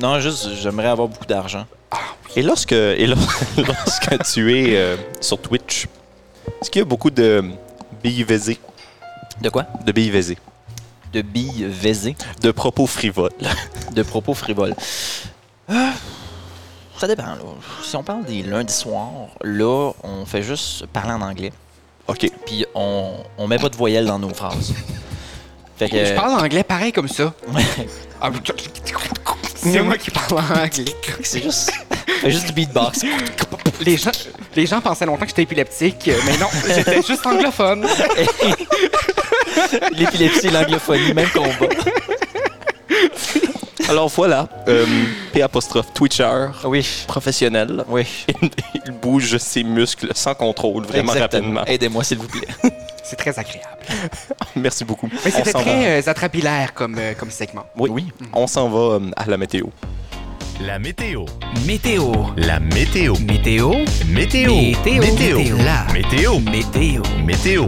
[SPEAKER 5] Non, juste, j'aimerais avoir beaucoup d'argent.
[SPEAKER 4] Et lorsque, et lo- lorsque tu es euh, sur Twitch, est-ce qu'il y a beaucoup de BIVZ,
[SPEAKER 5] De quoi?
[SPEAKER 4] de BIVZ,
[SPEAKER 5] De billes vaisées,
[SPEAKER 4] de propos frivoles?
[SPEAKER 5] de propos frivoles. Ah, ça dépend. là. Si on parle des lundis soirs, là, on fait juste parler en anglais.
[SPEAKER 4] OK.
[SPEAKER 5] Puis on, on met pas de voyelles dans nos phrases. Fait que,
[SPEAKER 3] Je parle anglais pareil comme ça. Ah, C'est moi qui parle anglais.
[SPEAKER 5] c'est juste, fait juste du beatbox.
[SPEAKER 3] Les gens, les gens pensaient longtemps que j'étais épileptique, euh, mais non, j'étais juste anglophone.
[SPEAKER 5] L'épilepsie et l'anglophonie, même combat.
[SPEAKER 4] Alors voilà, euh, P apostrophe Twitcher,
[SPEAKER 5] Oui.
[SPEAKER 4] professionnel.
[SPEAKER 5] Oui.
[SPEAKER 4] Il bouge ses muscles sans contrôle vraiment
[SPEAKER 5] Exactement.
[SPEAKER 4] rapidement.
[SPEAKER 5] Aidez-moi, s'il vous plaît.
[SPEAKER 3] C'est très agréable.
[SPEAKER 4] Merci beaucoup.
[SPEAKER 3] Mais
[SPEAKER 4] On
[SPEAKER 3] c'était
[SPEAKER 4] s'en va.
[SPEAKER 3] très euh, attrapilaire comme, euh, comme segment.
[SPEAKER 4] Oui. On s'en va euh, à la météo.
[SPEAKER 6] La météo.
[SPEAKER 7] Météo.
[SPEAKER 6] La météo.
[SPEAKER 7] Météo.
[SPEAKER 6] Météo.
[SPEAKER 7] Météo. Météo. La
[SPEAKER 6] Météo.
[SPEAKER 7] Météo.
[SPEAKER 6] Météo.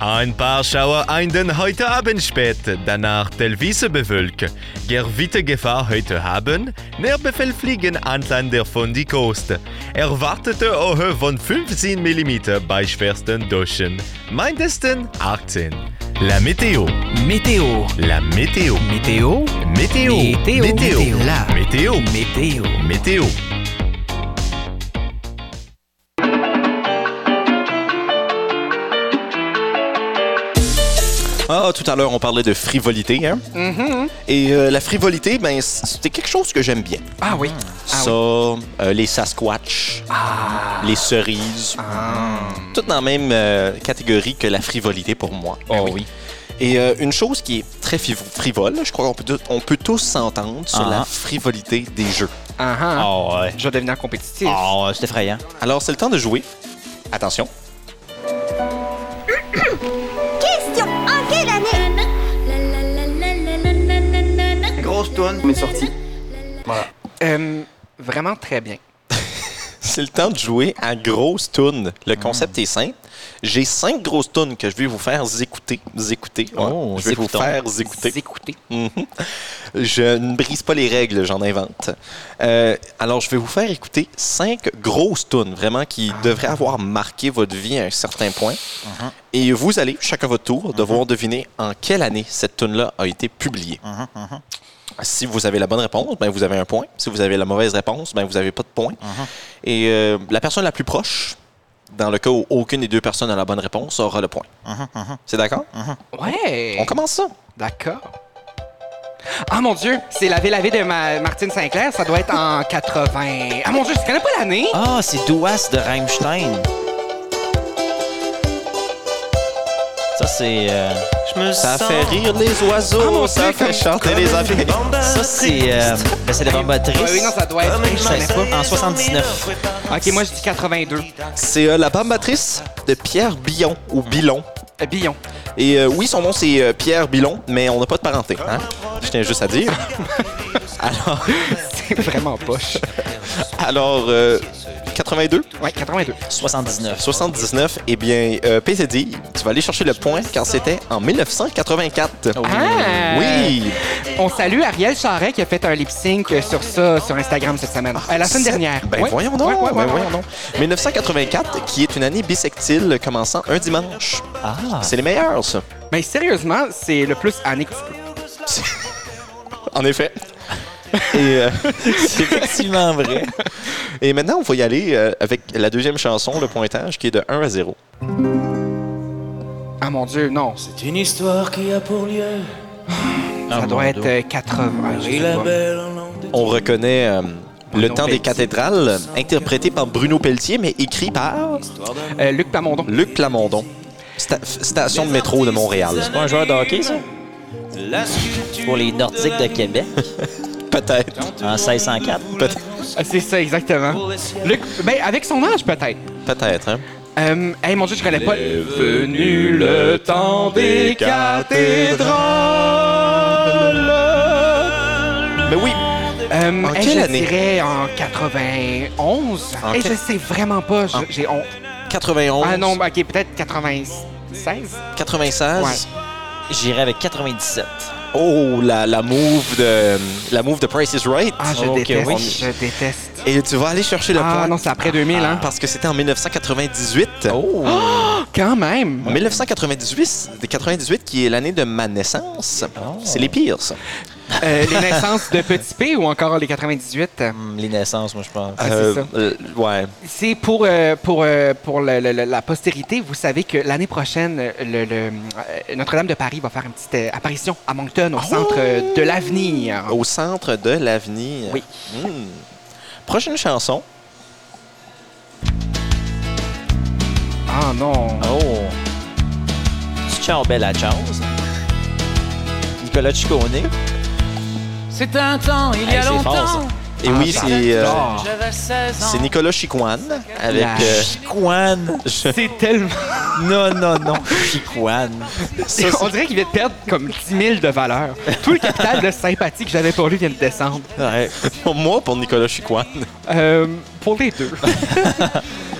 [SPEAKER 6] Ein paar Schauer ein den heute Abend spät, danach teilweise bewölkt. Gewitter Gefahr heute Abend, Nährbefehl fliegen Anlander von die Coast. Erwartete Höhe von 15 mm bei schwersten Duschen, mindesten 18. La Météo.
[SPEAKER 7] Météo.
[SPEAKER 6] La Météo.
[SPEAKER 7] Météo.
[SPEAKER 6] Météo.
[SPEAKER 7] Météo.
[SPEAKER 6] Météo.
[SPEAKER 7] La
[SPEAKER 6] Météo.
[SPEAKER 7] Météo.
[SPEAKER 6] Météo.
[SPEAKER 4] Ah, tout à l'heure, on parlait de frivolité. Hein?
[SPEAKER 3] Mm-hmm.
[SPEAKER 4] Et euh, la frivolité, ben, c- c'était quelque chose que j'aime bien.
[SPEAKER 3] Ah oui. Ah
[SPEAKER 4] Ça, euh, les Sasquatch, les cerises,
[SPEAKER 3] Ah.
[SPEAKER 4] toutes dans la même euh, catégorie que la frivolité pour moi. Ben
[SPEAKER 5] Oh oui.
[SPEAKER 4] Et euh, une chose qui est très fiv- frivole, je crois qu'on peut, tout- on peut tous s'entendre sur
[SPEAKER 5] Ah.
[SPEAKER 4] la frivolité des jeux.
[SPEAKER 3] Ah, ah.
[SPEAKER 5] Oh, ouais.
[SPEAKER 3] Je vais devenir compétitif.
[SPEAKER 5] Oh, c'est effrayant.
[SPEAKER 4] Alors, c'est le temps de jouer. Attention.
[SPEAKER 8] Question En quelle année
[SPEAKER 9] Grosse toune, mais sortie.
[SPEAKER 3] Euh, vraiment très bien.
[SPEAKER 4] C'est le temps de jouer à grosse tune. Le concept est simple. J'ai cinq grosses tunes que je vais vous faire écouter. Écouter. ouais.
[SPEAKER 5] Oh,
[SPEAKER 4] je vais vous
[SPEAKER 5] écoutons.
[SPEAKER 4] faire écouter. Mhm. Je ne brise pas les règles, j'en invente. Euh, alors, je vais vous faire écouter cinq grosses tunes, vraiment, qui devraient avoir marqué votre vie à un certain point. Et vous allez, chacun votre tour, devoir deviner en quelle année cette tune-là a été publiée. Si vous avez la bonne réponse, ben vous avez un point. Si vous avez la mauvaise réponse, ben vous n'avez pas de point. Et euh, la personne la plus proche, dans le cas où aucune des deux personnes a la bonne réponse, aura le point.
[SPEAKER 3] Mhm,
[SPEAKER 4] C'est d'accord?
[SPEAKER 3] Ouais.
[SPEAKER 4] On commence ça.
[SPEAKER 3] D'accord. Ah mon Dieu, c'est la ville de ma- Martine Sinclair, ça doit être en 80. Ah mon Dieu, je connais pas l'année.
[SPEAKER 5] Ah, c'est Douas de Rammstein. Ça, c'est. euh,
[SPEAKER 4] Je me ça fait rire les oiseaux,
[SPEAKER 3] Ah, mon
[SPEAKER 4] ça
[SPEAKER 3] Dieu,
[SPEAKER 4] fait
[SPEAKER 3] comme-
[SPEAKER 4] chanter les abeilles.
[SPEAKER 5] ça, c'est. euh, ben, c'est la bombatrice.
[SPEAKER 3] Ouais, oui, non, ça doit être. Je connais
[SPEAKER 5] En 79.
[SPEAKER 3] pas. Ok, moi je dis 82.
[SPEAKER 4] C'est euh, la bambatrice de Pierre Billon ou Billon.
[SPEAKER 3] Euh, Billon.
[SPEAKER 4] Et euh, oui, son nom c'est euh, Pierre Billon, mais on n'a pas de parenté. hein. Je tiens juste à dire. Alors,
[SPEAKER 3] C'est vraiment poche.
[SPEAKER 4] alors euh, 82,
[SPEAKER 3] Ouais, 82.
[SPEAKER 5] 79.
[SPEAKER 4] 79, eh bien, euh, PCD, tu vas aller chercher le point car c'était en 1984.
[SPEAKER 3] Ah!
[SPEAKER 4] Oui!
[SPEAKER 3] On salue Ariel Charret qui a fait un lip sync sur ça sur Instagram cette semaine. Euh, la semaine dernière.
[SPEAKER 4] Ben
[SPEAKER 3] Ouais.
[SPEAKER 4] voyons donc,
[SPEAKER 3] Ouais, ouais,
[SPEAKER 4] ben
[SPEAKER 3] ouais,
[SPEAKER 4] voyons
[SPEAKER 3] ouais.
[SPEAKER 4] donc. 1984, qui est une année bissectile commençant un dimanche.
[SPEAKER 5] Ah.
[SPEAKER 4] C'est les meilleurs, ça.
[SPEAKER 3] Mais sérieusement, c'est le plus année que tu peux.
[SPEAKER 4] En effet. Et, euh,
[SPEAKER 5] C'est effectivement vrai.
[SPEAKER 4] et maintenant, on va y aller euh, avec la deuxième chanson, le pointage, qui est de 1 à 0.
[SPEAKER 3] Ah mon Dieu, non.
[SPEAKER 10] C'est une histoire qui a pour lieu
[SPEAKER 4] Ah,
[SPEAKER 3] Ça doit être euh, 80. je sais
[SPEAKER 10] et la
[SPEAKER 3] pas.
[SPEAKER 10] belle Hollande.
[SPEAKER 4] On reconnaît euh, Le
[SPEAKER 3] Bruno
[SPEAKER 4] temps des
[SPEAKER 3] Pelletier.
[SPEAKER 4] cathédrales, interprété par Bruno Pelletier, mais écrit par
[SPEAKER 3] Euh, Luc Plamondon.
[SPEAKER 4] Luc Plamondon. Sta- f- station de métro de Montréal.
[SPEAKER 5] Pas un joueur de hockey, ça?
[SPEAKER 10] La sculpture
[SPEAKER 5] Pour les Nordiques de Québec,
[SPEAKER 4] Peut-être.
[SPEAKER 5] en 1604.
[SPEAKER 4] Peut-être.
[SPEAKER 3] Ah, c'est ça, exactement. Luc, ben avec son âge peut-être.
[SPEAKER 4] Peut-être, hein.
[SPEAKER 3] Euh, hey, mon Dieu, je connais pas. venu le temps des
[SPEAKER 4] Mais oui,
[SPEAKER 3] Ben Euh,
[SPEAKER 4] En
[SPEAKER 3] hey,
[SPEAKER 4] quelle
[SPEAKER 3] je
[SPEAKER 4] année?
[SPEAKER 3] dirais en 91.
[SPEAKER 4] En
[SPEAKER 3] Hey,
[SPEAKER 4] quel-
[SPEAKER 3] je sais vraiment pas. je-
[SPEAKER 4] En-
[SPEAKER 3] J'ai honte.
[SPEAKER 4] 91,
[SPEAKER 3] Ah non, ok, peut-être 96.
[SPEAKER 4] 96.
[SPEAKER 3] Ouais.
[SPEAKER 5] J'irai avec 97.
[SPEAKER 4] Oh, la, la move de la move de Price is Right.
[SPEAKER 3] Ah, je
[SPEAKER 5] Ok,
[SPEAKER 3] déteste.
[SPEAKER 5] oui.
[SPEAKER 3] Je déteste.
[SPEAKER 4] Et tu vas aller chercher le
[SPEAKER 3] Ah
[SPEAKER 4] point.
[SPEAKER 3] non, c'est après 2000,
[SPEAKER 4] Ah,
[SPEAKER 3] hein?
[SPEAKER 4] Parce que c'était en 1998.
[SPEAKER 5] Oh,
[SPEAKER 3] Quand même!
[SPEAKER 4] Oh. 1998, 98 qui est l'année de ma naissance. C'est les pires, ça.
[SPEAKER 3] Euh, les naissances de Petit P ou encore les 98? euh,
[SPEAKER 5] Hum, Les naissances, moi, je pense.
[SPEAKER 3] Ah, c'est
[SPEAKER 4] Euh,
[SPEAKER 3] ça.
[SPEAKER 4] euh, ouais.
[SPEAKER 3] C'est pour, euh, pour, euh, pour le- le- le- la postérité. Vous savez que l'année prochaine, euh, le, le, euh, Notre-Dame de Paris va faire une petite euh, apparition à Moncton, au centre euh, de l'avenir.
[SPEAKER 4] Au centre de l'avenir.
[SPEAKER 3] Oui.
[SPEAKER 4] Hmm. Prochaine chanson.
[SPEAKER 3] Ah non.
[SPEAKER 5] Oh! Tu ciao, bella ciao. ça. Nicolas Ciccone.
[SPEAKER 10] C'est un temps, il y
[SPEAKER 5] Hey,
[SPEAKER 10] a
[SPEAKER 5] c'est
[SPEAKER 10] longtemps.
[SPEAKER 5] fort, ça.
[SPEAKER 4] Et oui,
[SPEAKER 3] Ah,
[SPEAKER 4] c'est euh,
[SPEAKER 10] J'avais 16 ans.
[SPEAKER 4] c'est Nicolas Chicoine avec.
[SPEAKER 3] La
[SPEAKER 4] euh,
[SPEAKER 5] Chicoine!
[SPEAKER 3] C'est tellement.
[SPEAKER 5] Non, non, non, Chicoine.
[SPEAKER 3] On dirait qu'il vient de perdre comme 10 000 de valeur. Tout le capital de sympathie que j'avais pour lui vient de descendre.
[SPEAKER 5] Ouais.
[SPEAKER 4] pour moi, pour Nicolas Chicoine,
[SPEAKER 3] Euh, pour les deux.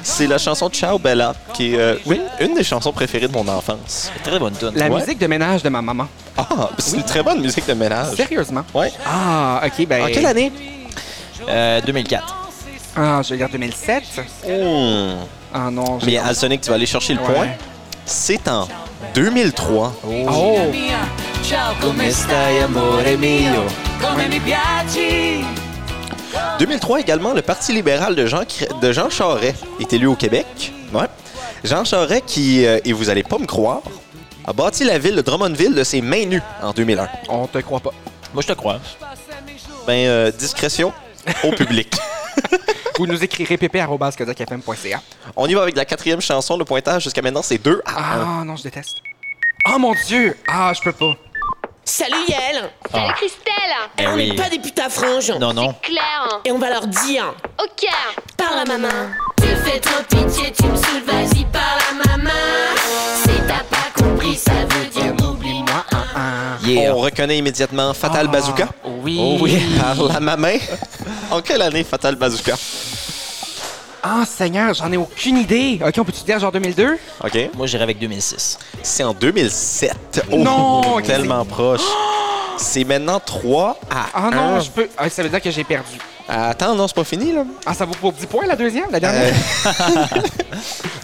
[SPEAKER 4] c'est la chanson Ciao Bella, qui est euh, oui, une des chansons préférées de mon enfance.
[SPEAKER 5] Très bonne tune.
[SPEAKER 3] La
[SPEAKER 4] Ouais.
[SPEAKER 3] musique de ménage de ma maman.
[SPEAKER 4] Ah, c'est une très bonne musique de ménage.
[SPEAKER 3] Sérieusement.
[SPEAKER 4] Ouais.
[SPEAKER 3] Ah, ok, ben.
[SPEAKER 4] En quelle année?
[SPEAKER 5] Euh, 2004.
[SPEAKER 3] Ah, je regarde 2007.
[SPEAKER 4] Hmm.
[SPEAKER 3] Ah non, j'ai.
[SPEAKER 4] Mais à Sonic, tu vas aller chercher le point.
[SPEAKER 3] Ouais.
[SPEAKER 4] C'est en 2003.
[SPEAKER 3] Oh!
[SPEAKER 10] Ciao, come stai, amore mio? Come mi piaci?
[SPEAKER 4] 2003 également, le Parti libéral de Jean, Cr- de Jean Charest est élu au Québec. Ouais. Jean Charest qui, euh, et vous allez pas me croire, a bâti la ville de Drummondville de ses mains nues en 2001.
[SPEAKER 3] Oh, On te croit pas.
[SPEAKER 5] Moi, je te crois.
[SPEAKER 4] Ben, euh, discrétion au public.
[SPEAKER 3] Vous nous écrirez pp.ca.
[SPEAKER 4] On y va avec la quatrième chanson. Le pointage jusqu'à maintenant, c'est 2 à 1.
[SPEAKER 3] Ah non, je déteste. Oh mon dieu! Ah, je peux pas.
[SPEAKER 9] Salut Yael
[SPEAKER 8] Salut Christelle hein.
[SPEAKER 5] Eh
[SPEAKER 9] On n'est
[SPEAKER 5] oui.
[SPEAKER 9] pas des putains franges
[SPEAKER 5] Non, non.
[SPEAKER 8] Claire hein.
[SPEAKER 9] Et on va leur dire
[SPEAKER 8] Ok hein.
[SPEAKER 9] Par la maman Tu fais trop pitié, tu me saoules, vas-y par la maman Si t'as pas compris, ça veut dire oublie-moi
[SPEAKER 5] Yeah.
[SPEAKER 4] On reconnaît immédiatement Fatal
[SPEAKER 3] Ah.
[SPEAKER 4] Bazooka.
[SPEAKER 9] Oui
[SPEAKER 4] Oh oui, par la maman. en quelle année Fatal Bazooka?
[SPEAKER 3] Ah seigneur, j'en ai aucune idée. Ok, on peut-tu dire genre 2002?
[SPEAKER 4] OK.
[SPEAKER 5] Moi, j'irai avec 2006.
[SPEAKER 4] C'est en 2007. Oh,
[SPEAKER 3] Non, ok,
[SPEAKER 4] Tellement proche. C'est maintenant 3 à
[SPEAKER 3] Ah non,
[SPEAKER 4] 1.
[SPEAKER 3] je peux. Ah, ça veut dire que j'ai perdu.
[SPEAKER 4] Attends, non, c'est pas fini, là.
[SPEAKER 3] Ah, ça vaut pour 10 points la deuxième, la dernière?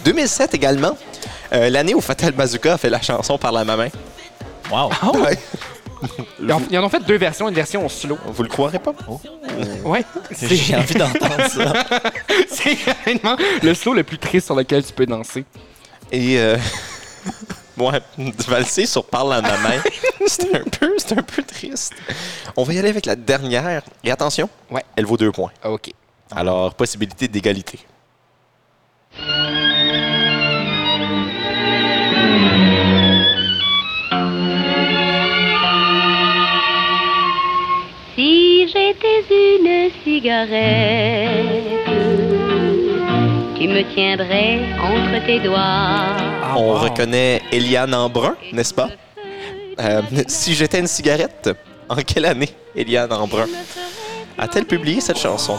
[SPEAKER 4] 2007 également, euh, l'année où Fatal Bazooka a fait la chanson par la maman.
[SPEAKER 5] Wow.
[SPEAKER 3] Oh!
[SPEAKER 4] ouais.
[SPEAKER 3] Ils en, ils en ont fait deux versions, une version en slow.
[SPEAKER 4] Vous le croirez pas?
[SPEAKER 3] Oh. Ouais.
[SPEAKER 5] J'ai
[SPEAKER 3] C'est
[SPEAKER 5] envie d'entendre ça.
[SPEAKER 3] c'est vraiment le slow le plus triste sur lequel tu peux danser.
[SPEAKER 4] Et. Euh... Ouais, tu vas le sais sur Parle à ma main. c'est un peu, c'est un peu triste. On va y aller avec la dernière. Et attention,
[SPEAKER 3] Ouais.
[SPEAKER 4] elle vaut deux points.
[SPEAKER 3] Ah, ok.
[SPEAKER 4] Alors, possibilité d'égalité.
[SPEAKER 8] Si j'étais une cigarette Tu me tiendrais entre tes doigts
[SPEAKER 3] Ah,
[SPEAKER 4] On reconnaît Eliane Embrun, n'est-ce pas? Euh, si j'étais une cigarette, en quelle année Eliane Embrun a-t-elle publié cette chanson?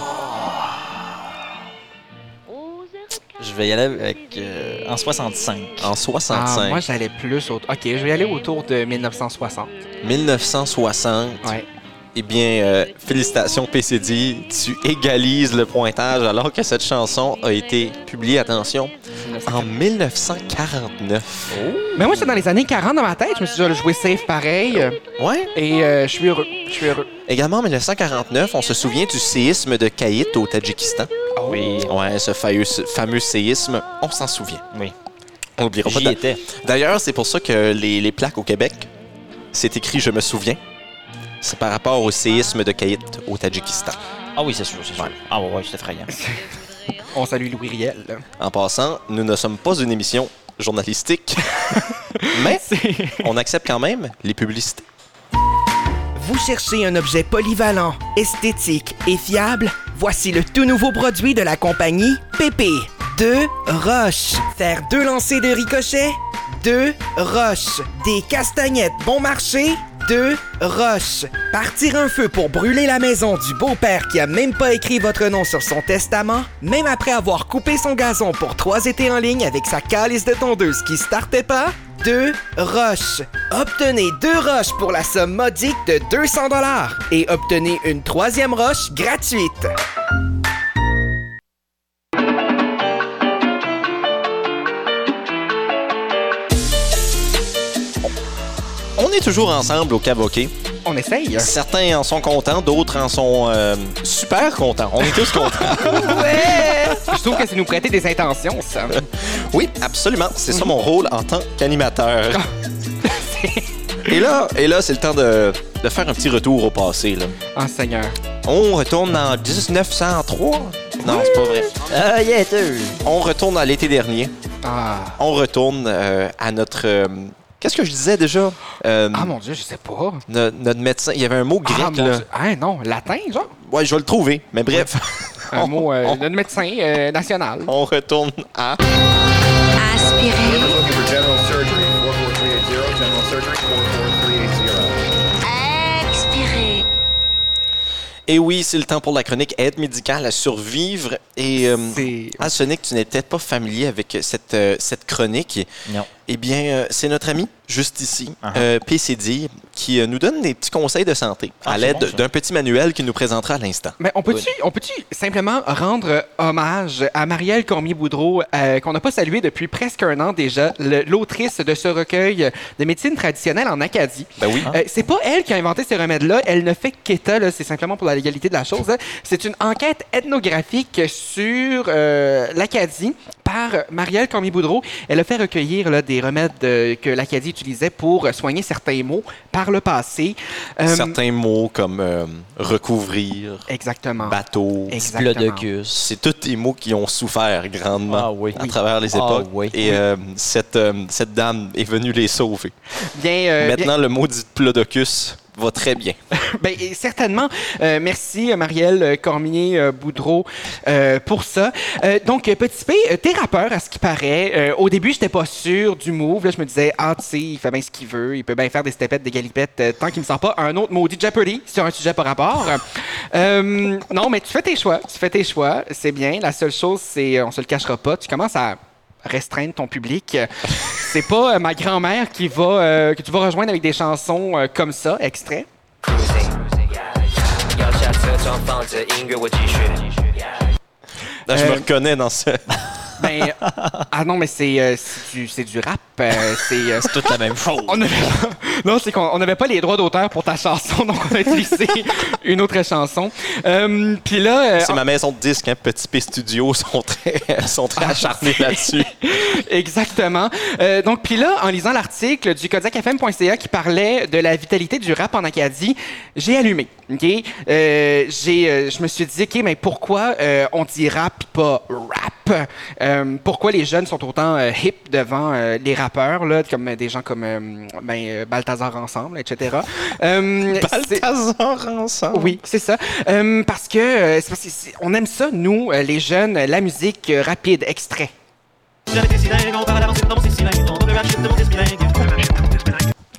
[SPEAKER 5] Je vais y aller avec. euh, en 65.
[SPEAKER 4] En
[SPEAKER 3] Ah,
[SPEAKER 4] 65.
[SPEAKER 3] moi j'allais plus au. Ok, je vais aller autour de 1960.
[SPEAKER 4] 1960.
[SPEAKER 3] Ouais.
[SPEAKER 4] Eh bien, euh, félicitations PCD, tu égalises le pointage alors que cette chanson a été publiée, attention, en 1949.
[SPEAKER 3] Mais moi, c'est dans les années 40 dans ma tête. Je me suis dit, je vais jouer safe pareil. euh,
[SPEAKER 4] Ouais.
[SPEAKER 3] Et euh, je suis heureux. Je suis heureux.
[SPEAKER 4] Également en 1949, on se souvient du séisme de Kayit au Tadjikistan.
[SPEAKER 5] oh. Oui.
[SPEAKER 4] Ouais, ce failleux- ce fameux séisme, on s'en souvient.
[SPEAKER 5] Oui.
[SPEAKER 4] On l'oubliera pas.
[SPEAKER 5] J'y étais.
[SPEAKER 4] D'ailleurs, c'est pour ça que les, les plaques au Québec, c'est écrit Je me souviens. C'est par rapport au séisme de Kayit au Tadjikistan.
[SPEAKER 5] Ah oui, c'est sûr, c'est sûr. Ah ouais, ouais, c'est effrayant.
[SPEAKER 3] On salue Louis Riel.
[SPEAKER 4] En passant, nous ne sommes pas une émission journalistique, mais on accepte quand même les publicités.
[SPEAKER 2] Vous cherchez un objet polyvalent, esthétique et fiable? Voici le tout nouveau produit de la compagnie PP. Deux roches. Faire deux lancers de ricochet? Deux roches. Des castagnettes bon marché? Deux roches. Partir un feu pour brûler la maison du beau-père qui a même pas écrit votre nom sur son testament, même après avoir coupé son gazon pour trois étés en ligne avec sa calice de tondeuse qui startait pas? Deux roches. Obtenez deux roches pour la somme modique de 200 dollars et obtenez une troisième roche gratuite.
[SPEAKER 4] On est toujours ensemble au Cavoquet
[SPEAKER 3] on essaye.
[SPEAKER 4] Certains en sont contents, d'autres en sont euh, super contents. On est tous contents.
[SPEAKER 3] Ouais! Je trouve que c'est nous prêter des intentions, ça.
[SPEAKER 4] Oui, absolument. C'est ça mon rôle en tant qu'animateur.
[SPEAKER 5] Ah.
[SPEAKER 4] Et là, et là c'est le temps de, de faire un petit retour au passé. là.
[SPEAKER 3] Ah, Seigneur.
[SPEAKER 4] On retourne en 1903. Non, c'est pas vrai.
[SPEAKER 5] Ah, yeah, deux.
[SPEAKER 4] On retourne à l'été dernier.
[SPEAKER 3] Ah.
[SPEAKER 4] On retourne euh, à notre... euh, Qu'est-ce que je disais déjà? Euh,
[SPEAKER 3] Ah, mon Dieu, je sais pas.
[SPEAKER 4] no- notre médecin, il y avait un mot grec,
[SPEAKER 3] ah, mon
[SPEAKER 4] là.
[SPEAKER 3] Dieu. Hein, non, latin, genre?
[SPEAKER 4] Ouais, je vais le trouver. Mais bref,
[SPEAKER 3] Un
[SPEAKER 4] Oh,
[SPEAKER 3] mot euh, de médecin euh, national.
[SPEAKER 4] on retourne à...
[SPEAKER 9] Aspirer,
[SPEAKER 11] Looking for general surgery, 44380, general surgery, 44380.
[SPEAKER 9] expirer,
[SPEAKER 4] Et oui, c'est le temps pour la chronique aide médicale à survivre. Et euh,
[SPEAKER 3] C'est.
[SPEAKER 4] ah, Sonic, tu n'es peut-être pas familier avec cette, euh, cette chronique.
[SPEAKER 5] Non.
[SPEAKER 4] Eh bien, euh, c'est notre ami, juste ici,
[SPEAKER 5] Ah.
[SPEAKER 4] euh, PCD, qui euh, nous donne des petits conseils de santé
[SPEAKER 5] Ah,
[SPEAKER 4] à
[SPEAKER 5] c'est
[SPEAKER 4] l'aide
[SPEAKER 5] bon, ça.
[SPEAKER 4] d'un petit manuel qu'il nous présentera à l'instant.
[SPEAKER 3] Mais on peut-tu on peut simplement rendre euh, hommage à Marielle Cormier-Boudreau, euh, qu'on n'a pas saluée depuis presque un an déjà, le- l'autrice de ce recueil de médecine traditionnelle en Acadie.
[SPEAKER 4] Ben oui.
[SPEAKER 3] Euh, c'est pas elle qui a inventé ces remèdes-là. Elle ne fait qu'état, là, c'est simplement pour la légalité de la chose. hein. C'est une enquête ethnographique sur euh, l'Acadie par Marielle Cormier-Boudreau. Elle a fait recueillir là, des remèdes euh, que l'Acadie utilisait pour soigner certains maux par le passé. Euh,
[SPEAKER 4] Certains mots comme euh, recouvrir,
[SPEAKER 3] Exactement.
[SPEAKER 4] bateau,
[SPEAKER 3] Exactement.
[SPEAKER 5] Splodocus.
[SPEAKER 4] Ah. c'est tous des mots qui ont souffert grandement
[SPEAKER 5] Ah oui.
[SPEAKER 4] à travers les
[SPEAKER 5] Ah
[SPEAKER 4] époques.
[SPEAKER 5] oui.
[SPEAKER 4] Et euh, cette, euh, cette dame est venue les sauver.
[SPEAKER 3] Bien, euh, bien-
[SPEAKER 4] Maintenant, le mot dit plodocus va très bien.
[SPEAKER 3] Ben, et certainement. Euh, merci, euh, Marielle euh, Cormier euh, Boudreau, euh, pour ça. Euh, donc, euh, Petit P, euh, t'es rappeur, à ce qui paraît. Euh, au début, j'étais pas sûr du move. Là, je me disais, ah, tu sais, il fait bien ce qu'il veut. Il peut bien faire des stepettes, des galipettes, euh, tant qu'il me sort pas un autre maudit Jeopardy sur un sujet par rapport. Euh, non, mais tu fais tes choix. Tu fais tes choix. C'est bien. La seule chose, c'est, euh, on se le cachera pas, tu commences à restreindre ton public. C'est pas euh, ma grand-mère qui va euh, que tu vas rejoindre avec des chansons euh, comme ça, extraits.
[SPEAKER 10] 要下车窗放着音乐，我继续。
[SPEAKER 4] Là, je me
[SPEAKER 3] Euh,
[SPEAKER 4] reconnais dans ce...
[SPEAKER 3] Ben, ah non, mais c'est euh, c'est du, c'est du rap. euh, c'est euh,
[SPEAKER 5] Toute la même chose.
[SPEAKER 3] on avait- non, c'est qu'on on n'avait pas les droits d'auteur pour ta chanson, donc on a utilisé une autre chanson. Euh, Puis là, euh,
[SPEAKER 4] C'est ma maison de disque, hein, Petit P Studio sont très, sont très acharnés là-dessus.
[SPEAKER 3] Exactement. Euh, donc, puis là, en lisant l'article du kodiakfm.ca qui parlait de la vitalité du rap en Acadie, j'ai allumé. OK? Euh, j'ai, euh, je me suis dit, OK, mais pourquoi euh, on dit rap pis pas rap? Euh, pourquoi les jeunes sont autant euh, hip devant euh, les rappeurs, là, comme euh, des gens comme euh, ben, euh, Balthazar Ensemble, etc. Euh, c'est-
[SPEAKER 4] Balthazar ensemble.
[SPEAKER 3] oui, c'est ça. Euh, parce que euh, c'est parce que c'est- on aime ça, nous, euh, les jeunes, la musique euh, rapide, extrait.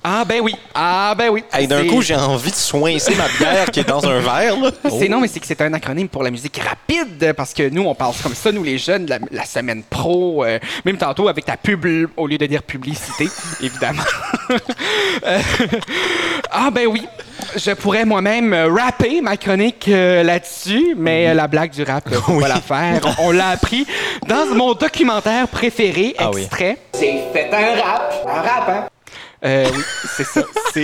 [SPEAKER 3] Ah ben oui, ah ben oui.
[SPEAKER 4] Hey, d'un
[SPEAKER 3] C'est-
[SPEAKER 4] coup, j'ai envie de soincer ma bière qui est dans un verre. là.
[SPEAKER 5] Oh.
[SPEAKER 3] c'est non, mais c'est que c'est un acronyme pour la musique rapide, parce que nous, on parle comme ça, nous les jeunes, la, la semaine pro, euh, même tantôt avec ta pub, au lieu de dire publicité, évidemment. Euh, ah ben oui, je pourrais moi-même euh, rapper ma chronique euh, là-dessus, mais euh, la blague du rap, euh, faut pas la faire. On l'a appris dans mon documentaire préféré,
[SPEAKER 5] Ah oui.
[SPEAKER 3] extrait. C'est fait un rap, un rap, hein? Euh, oui, c'est ça. C'est...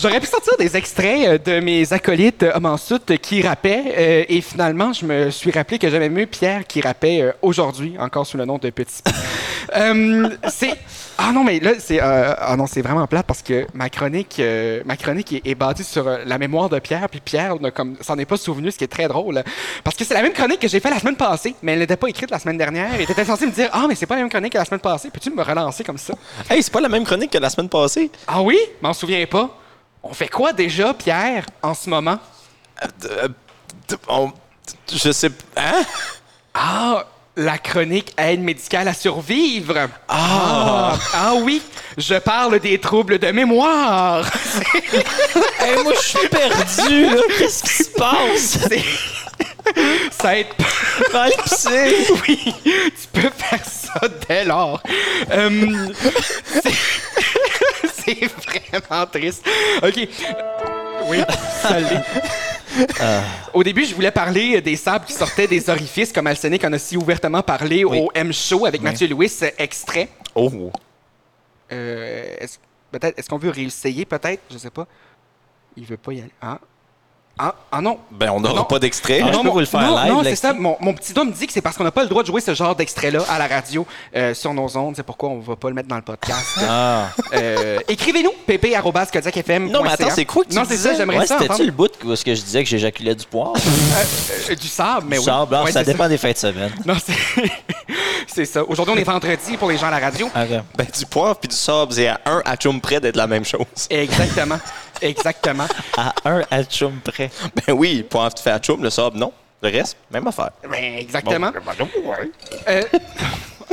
[SPEAKER 3] J'aurais pu sortir des extraits euh, de mes acolytes euh, hommes en soute euh, qui rappaient euh, et finalement, je me suis rappelé que j'avais mieux Pierre qui rappait euh, aujourd'hui, encore sous le nom de Petit. Euh, c'est ah non mais là c'est euh, ah non c'est vraiment plate parce que ma chronique euh, ma chronique est, est bâtie sur euh, la mémoire de Pierre puis Pierre n'a comme s'en est pas souvenu ce qui est très drôle parce que c'est la même chronique que j'ai fait la semaine passée mais elle n'était pas écrite la semaine dernière et t'étais censé me dire ah mais c'est pas la même chronique que la semaine passée peux-tu me relancer comme ça
[SPEAKER 4] Hey, c'est pas la même chronique que la semaine passée.
[SPEAKER 3] ah oui? M'en souviens pas. On fait quoi déjà, Pierre, en ce moment?
[SPEAKER 4] Euh, t- on- t- Je sais. Hein?
[SPEAKER 3] Ah, la chronique aide médicale à survivre. Ah! Ah oui, je parle des troubles de mémoire.
[SPEAKER 5] Hey, moi, je suis perdu, là. Qu'est-ce qui se passe?
[SPEAKER 3] Ça aide pas.
[SPEAKER 5] Mal pissé.
[SPEAKER 3] Oui, tu peux faire ça dès lors. Hum, c'est- c'est vraiment triste. OK. Oui, ça l'est. Au début, je voulais parler des sables qui sortaient des orifices, comme Alsonic en a si ouvertement parlé au M-Show avec Mathieu Louis, euh, extrait.
[SPEAKER 4] Oh.
[SPEAKER 3] Euh, est-ce, peut-être, est-ce qu'on veut réessayer, peut-être? Je sais pas. il veut pas y aller. Ah, ah, ah non.
[SPEAKER 4] Ben, on
[SPEAKER 3] Non.
[SPEAKER 4] n'aura pas d'extrait.
[SPEAKER 5] Ah, je peux
[SPEAKER 3] mon-
[SPEAKER 5] vous le faire
[SPEAKER 3] non,
[SPEAKER 5] live,
[SPEAKER 3] non, c'est
[SPEAKER 5] l'extrait.
[SPEAKER 3] ça. Mon, mon petit doigt me dit que c'est parce qu'on n'a pas le droit de jouer ce genre d'extrait-là à la radio euh, sur nos ondes. C'est pourquoi on va pas le mettre dans le podcast.
[SPEAKER 5] Ah.
[SPEAKER 3] Euh, Écrivez-nous, pp.kodiakfm.ca.
[SPEAKER 5] Non, mais attends, c'est quoi que tu
[SPEAKER 3] Non, c'est ça,
[SPEAKER 5] disais?
[SPEAKER 3] j'aimerais
[SPEAKER 5] Ouais,
[SPEAKER 3] ça.
[SPEAKER 5] C'était-tu
[SPEAKER 3] entendre.
[SPEAKER 5] le bout où est-ce que je disais que j'éjaculais du poire?
[SPEAKER 3] Euh, du sable, mais
[SPEAKER 5] Du
[SPEAKER 3] oui.
[SPEAKER 5] sable, ah,
[SPEAKER 3] Ouais,
[SPEAKER 5] ça
[SPEAKER 3] c'est
[SPEAKER 5] dépend des fins de semaine.
[SPEAKER 3] Non, c'est- c'est ça. Aujourd'hui, on est vendredi pour les gens à la radio.
[SPEAKER 5] OK.
[SPEAKER 4] Ben, du poivre puis du sable, c'est à un atchoum près d'être la même chose.
[SPEAKER 3] Exactement. Exactement.
[SPEAKER 5] À un atchoum près.
[SPEAKER 4] Ben oui, le poivre, tu fais atchoum, le sable, non. Le reste, même affaire.
[SPEAKER 3] Ben, exactement. Euh,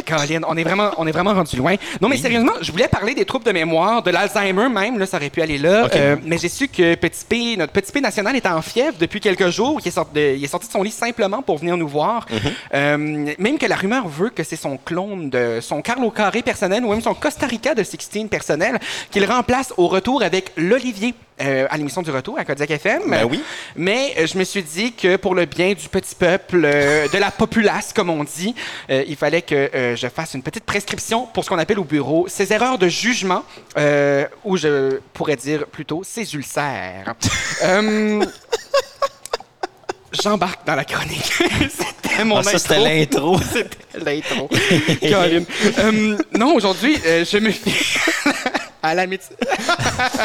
[SPEAKER 3] Colin, on est vraiment, on est vraiment rendu loin. Non, mais sérieusement, je voulais parler des troubles de mémoire, de l'Alzheimer même, là, ça aurait pu aller là. Euh, mais j'ai su que Petit P, notre Petit P national est en fièvre depuis quelques jours. Il est sorti de, il est sorti de son lit simplement pour venir nous voir. Euh, même que la rumeur veut que c'est son clone de son Carlo Carré personnel ou même son Costa Rica de 16 personnel qu'il remplace au retour avec l'Olivier. euh, à l'émission du retour à Kodiak FM.
[SPEAKER 4] Ben oui.
[SPEAKER 3] Mais euh, je me suis dit que pour le bien du petit peuple, euh, de la populace, comme on dit, euh, il fallait que euh, je fasse une petite prescription pour ce qu'on appelle au bureau ces erreurs de jugement, euh, ou je pourrais dire plutôt ces ulcères. Euh, J'embarque dans la chronique. c'était mon
[SPEAKER 5] Ah, ça, c'était l'intro.
[SPEAKER 3] C'était l'intro. Caroline. Euh, non, aujourd'hui, euh, je me fie à la médecine.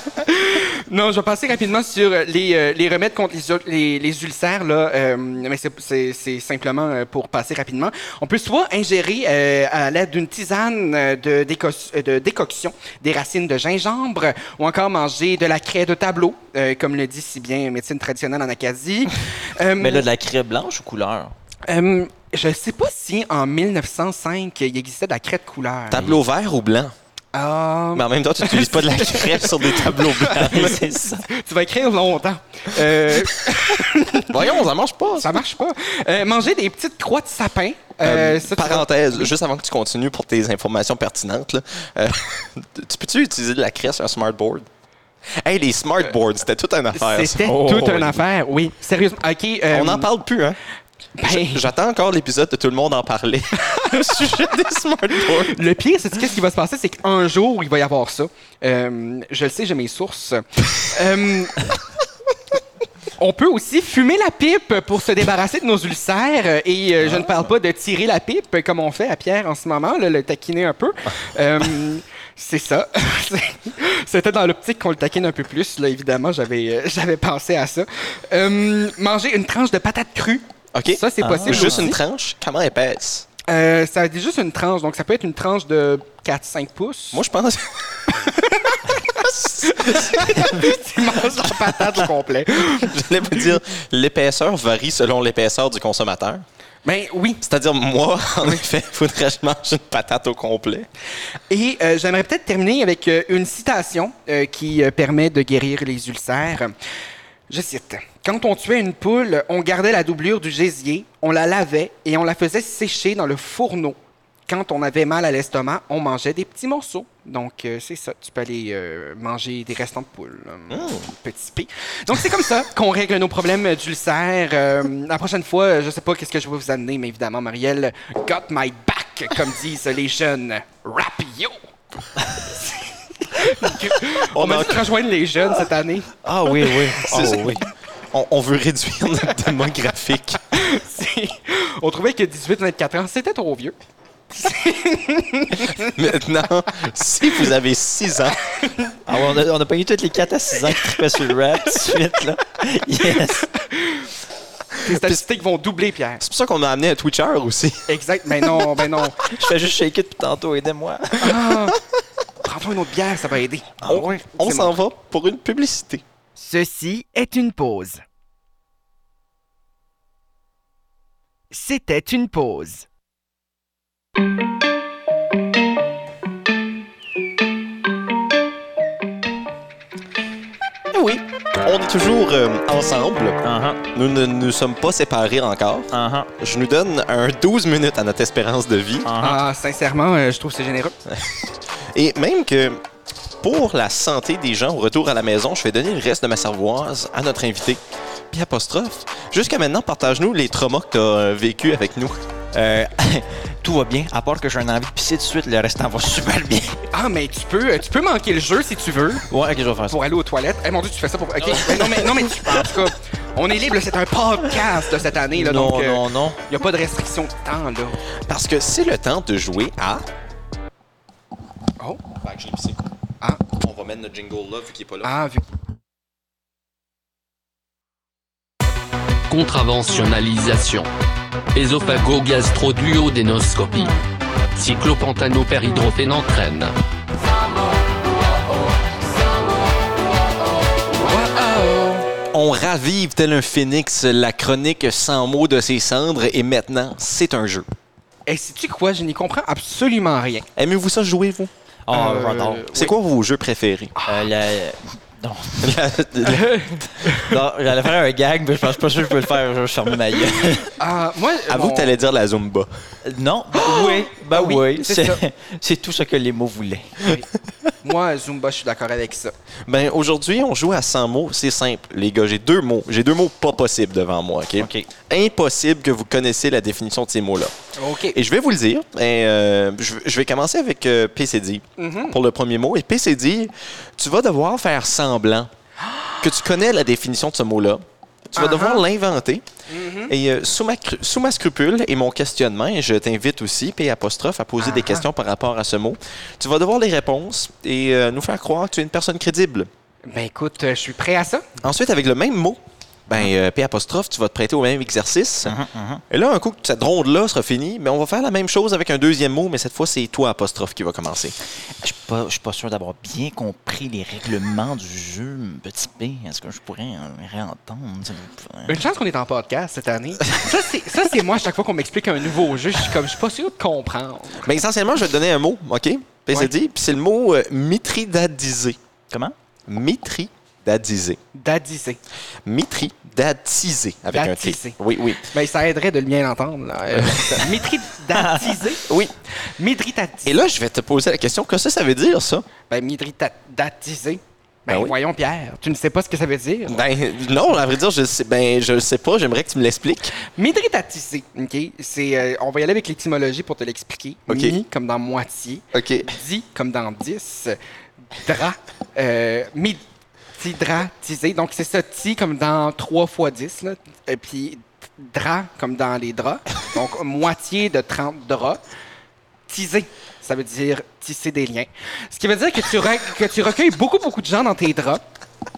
[SPEAKER 3] non, je vais passer rapidement sur euh, les, euh, les remèdes contre les, ul- les- les ulcères, là, euh, mais c'est- c'est c'est simplement euh, pour passer rapidement. On peut soit ingérer euh, à l'aide d'une tisane euh, de, déco- euh, de décoction des racines de gingembre, ou encore manger de la craie de tableau, euh, comme le dit si bien médecine traditionnelle en Acadie. Euh,
[SPEAKER 5] Mais là, de la craie blanche ou couleur?
[SPEAKER 3] euh, je sais pas si en 1905, il existait de la craie de couleur.
[SPEAKER 4] Tableau vert ou blanc?
[SPEAKER 3] Ah,
[SPEAKER 4] Mais en même temps, tu n'utilises pas de la crêpe sur des tableaux blancs.
[SPEAKER 5] c'est ça.
[SPEAKER 3] tu vas écrire longtemps. Euh,
[SPEAKER 4] Voyons, ça marche pas.
[SPEAKER 3] ça marche pas. Euh, manger des petites croix de sapin.
[SPEAKER 4] Euh,
[SPEAKER 3] Euh, ça, tu
[SPEAKER 4] parenthèse, juste avant que tu continues pour tes informations pertinentes, là, euh, tu peux-tu utiliser de la craie sur un smartboard? Hey, les smartboards, c'était toute une
[SPEAKER 3] vas-
[SPEAKER 4] affaire. ça.
[SPEAKER 3] C'était
[SPEAKER 4] Oh,
[SPEAKER 3] toute
[SPEAKER 4] oui.
[SPEAKER 3] une affaire, oui. Sérieusement, OK. euh,
[SPEAKER 4] On n'en parle plus, hein?
[SPEAKER 3] ben,
[SPEAKER 4] J'attends encore l'épisode de Tout le monde en parlait. Le sujet des smartboards.
[SPEAKER 3] Le pire, c'est qu'est-ce qui va se passer, c'est qu'un jour, il va y avoir ça. Euh, je le sais, j'ai mes sources. Euh, on peut aussi fumer la pipe pour se débarrasser de nos ulcères. Et euh, je ne parle pas de tirer la pipe comme on fait à Pierre en ce moment, là, le taquiner un peu. Euh, c'est ça. C'est- C'était dans l'optique qu'on le taquine un peu plus. Là, évidemment, j'avais euh, j'avais pensé à ça. Euh, manger une tranche de patate crue.
[SPEAKER 4] OK. Ah.
[SPEAKER 3] Ça, c'est possible.
[SPEAKER 4] Juste
[SPEAKER 3] aussi.
[SPEAKER 4] une tranche, comment épaisse?
[SPEAKER 3] Euh, ça dit juste une tranche, donc ça peut être une tranche de 4-5 pouces.
[SPEAKER 4] Moi, je pense.
[SPEAKER 3] tu manges la patate au complet.
[SPEAKER 4] J'allais vous dire, l'épaisseur varie selon l'épaisseur du consommateur.
[SPEAKER 3] Ben oui.
[SPEAKER 4] C'est-à-dire, moi, en effet, faudrait que je mange une patate au complet.
[SPEAKER 3] Et euh, j'aimerais peut-être terminer avec euh, une citation euh, qui euh, permet de guérir les ulcères. Je cite. Quand on tuait une poule, on gardait la doublure du gésier, on la lavait et on la faisait sécher dans le fourneau. Quand on avait mal à l'estomac, on mangeait des petits morceaux. Donc, euh, c'est ça. Tu peux aller euh, manger des restants de poule. euh,
[SPEAKER 4] Oh.
[SPEAKER 3] Petit P. Donc, c'est comme ça qu'on règle nos problèmes euh, d'ulcères. Euh, la prochaine fois, euh, je sais pas qu'est-ce que je vais vous amener, mais évidemment, Marielle, got my back, comme disent les jeunes. Rap yo! On m'a dit de rejoindre les jeunes cette année.
[SPEAKER 5] Ah oui, oui. Ah
[SPEAKER 4] C'est-
[SPEAKER 5] oui.
[SPEAKER 4] On, on veut réduire notre démographique.
[SPEAKER 3] C'est- On trouvait que 18-24 ans, c'était trop vieux.
[SPEAKER 4] Maintenant, si vous avez 6 ans,
[SPEAKER 5] Ah ouais, on a, on a payé toutes les 4 à 6 ans qui tripaient sur le rap tout de suite, là. Yes.
[SPEAKER 3] Les statistiques vont doubler, Pierre.
[SPEAKER 4] c'est pour ça qu'on a amené un Twitcher aussi.
[SPEAKER 3] Exact. Mais non, ben non.
[SPEAKER 5] Je fais juste shake it puis tantôt, aidez-moi.
[SPEAKER 3] Prends-toi une autre bière, ça va aider.
[SPEAKER 4] Ah, On, on s'en va pour une publicité.
[SPEAKER 2] Ceci est une pause. C'était une pause.
[SPEAKER 4] Eh Oui, on est toujours euh, ensemble. Nous ne nous sommes pas séparés encore. Je nous donne un 12 minutes à notre espérance de vie.
[SPEAKER 3] Ah, sincèrement, euh, je trouve que c'est généreux.
[SPEAKER 4] Et même que pour la santé des gens au retour à la maison, je vais donner le reste de ma cervoise à notre invité. Puis euh, apostrophe, jusqu'à maintenant, partage-nous les traumas que tu as vécu avec nous.
[SPEAKER 5] Euh, tout va bien. À part que j'ai un envie de pisser tout de suite, le restant va super bien.
[SPEAKER 3] Ah, mais tu peux, euh, tu peux manquer le jeu si tu veux.
[SPEAKER 5] Ouais, ok, je vais faire ça.
[SPEAKER 3] Pour aller aux toilettes. Eh mon dieu, tu fais ça pour. Ok, mais non, mais, non, mais tu en tout cas, on est libre, c'est un podcast de cette année. Là,
[SPEAKER 4] Non,
[SPEAKER 3] donc,
[SPEAKER 4] non, non.
[SPEAKER 3] Il n'y a pas de restriction de temps, là.
[SPEAKER 4] Parce que c'est le temps de jouer à.
[SPEAKER 3] Oh.
[SPEAKER 4] Fait que je l'ai pissé.
[SPEAKER 3] Ah.
[SPEAKER 4] On va mettre notre jingle là, vu qu'il est pas là.
[SPEAKER 3] Ah, vu.
[SPEAKER 12] Contraventionnalisation. Ésophago-gastro-duodénoscopie. Cyclopantanopéridrophénanthrène.
[SPEAKER 4] On ravive tel un phénix la chronique sans mots de ses cendres et maintenant, c'est un jeu.
[SPEAKER 3] Et Eh, sais-tu quoi? Je n'y comprends absolument rien.
[SPEAKER 4] Aimez-vous ça jouer, vous?
[SPEAKER 5] Ah, j'adore.
[SPEAKER 4] C'est quoi vos jeux préférés?
[SPEAKER 5] Euh, la- Non. non, j'allais faire un gag, mais je pense pas que je peux le faire. Je vais fermer ma gueule.
[SPEAKER 3] Ah, moi.
[SPEAKER 4] Avoue
[SPEAKER 3] mon-
[SPEAKER 4] que t'allais dire la Zumba.
[SPEAKER 5] Non, bah oui, bah
[SPEAKER 3] Ah oui,
[SPEAKER 5] oui.
[SPEAKER 3] c'est
[SPEAKER 5] C'est-
[SPEAKER 3] ça.
[SPEAKER 5] C'est tout ce que les mots voulaient.
[SPEAKER 3] Moi, Zumba, je suis d'accord avec ça.
[SPEAKER 4] Ben, aujourd'hui, on joue à 100 mots. C'est simple, les gars. J'ai deux mots. J'ai deux mots pas possibles devant moi, OK?
[SPEAKER 5] OK.
[SPEAKER 4] Impossible que vous connaissiez la définition de ces mots-là.
[SPEAKER 3] OK.
[SPEAKER 4] Et je vais vous le dire. Et, euh, je, je vais commencer avec euh, PCD
[SPEAKER 3] Mhm.
[SPEAKER 4] pour le premier mot. Et PCD, tu vas devoir faire semblant que tu connais la définition de ce mot-là. Tu vas
[SPEAKER 3] Ah-ha.
[SPEAKER 4] devoir l'inventer. Et euh, sous, ma cru- sous ma scrupule et mon questionnement, et je t'invite aussi, P apostrophe, à poser des questions par rapport à ce mot. Tu vas devoir les réponses et euh, nous faire croire que tu es une personne crédible.
[SPEAKER 3] Ben écoute, euh, je suis prêt à ça.
[SPEAKER 4] Ensuite, avec le même mot, ben, euh, P apostrophe, tu vas te prêter au même exercice. Et là, un coup que cette ronde-là sera finie, mais on va faire la même chose avec un deuxième mot, mais cette fois, c'est toi apostrophe qui va commencer.
[SPEAKER 5] Je suis pas, je suis pas sûr d'avoir bien compris les règlements du jeu, petit P. Est-ce que je pourrais euh, réentendre? s'il vous plaît?
[SPEAKER 3] Une chance qu'on est en podcast cette année. Ça, c'est- ça, c'est moi, à chaque fois qu'on m'explique un nouveau jeu, je suis comme, je suis pas sûr de comprendre.
[SPEAKER 4] Mais Ben, essentiellement, je vais te donner un mot, OK? PCD, puis c'est le mot euh, mitridadisé.
[SPEAKER 5] Comment?
[SPEAKER 4] Mitridadisé.
[SPEAKER 3] Dadisé.
[SPEAKER 4] Mitridadisé, avec un T.
[SPEAKER 3] Dadisé.
[SPEAKER 4] Oui, oui.
[SPEAKER 3] Ben, ça aiderait de le bien entendre, là. Euh, Midridatisé.
[SPEAKER 4] Oui.
[SPEAKER 3] Midridatisé.
[SPEAKER 4] Et là, je vais te poser la question, qu'est-ce que ça veut dire, ça?
[SPEAKER 3] Ben, midridatisé. Ben,
[SPEAKER 4] Ben oui.
[SPEAKER 3] voyons, Pierre, tu ne sais pas ce que ça veut dire.
[SPEAKER 4] Ben, non, à vrai dire, je sais, ben, je le sais pas, j'aimerais que tu me l'expliques.
[SPEAKER 3] Midridatisé, OK? C'est, euh, on va y aller avec l'étymologie pour te l'expliquer.
[SPEAKER 4] OK.
[SPEAKER 3] Mi comme dans moitié,
[SPEAKER 4] OK.
[SPEAKER 3] di comme dans dix, dra, euh, mididratisé. Donc, c'est ça, ti comme dans trois fois dix, là. Et puis, dra comme dans les draps. Donc, moitié de 30 draps. Tisser, ça veut dire tisser des liens. Ce qui veut dire que tu, re- que tu recueilles beaucoup, beaucoup de gens dans tes draps,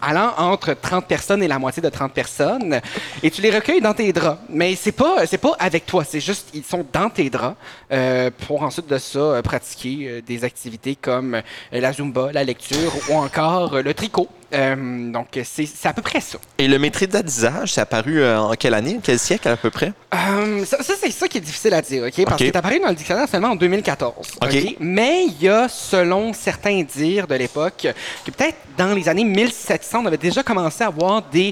[SPEAKER 3] allant entre 30 personnes et la moitié de 30 personnes, et tu les recueilles dans tes draps. Mais c'est pas, c'est pas avec toi, c'est juste, ils sont dans tes draps euh, pour ensuite de ça euh, pratiquer euh, des activités comme euh, la Zumba, la lecture ou encore euh, le tricot. Euh, donc, c'est c'est à peu près ça.
[SPEAKER 4] Et le mitridadisage, c'est apparu euh, en quelle année, quel siècle à peu près?
[SPEAKER 3] Euh, ça, ça, c'est ça qui est difficile à dire, OK? Parce
[SPEAKER 4] OK.
[SPEAKER 3] qu'il est apparu dans le dictionnaire seulement en 2014.
[SPEAKER 4] OK.
[SPEAKER 3] OK? Mais il y a, selon certains dires de l'époque, que peut-être dans les années 1700, on avait déjà commencé à avoir des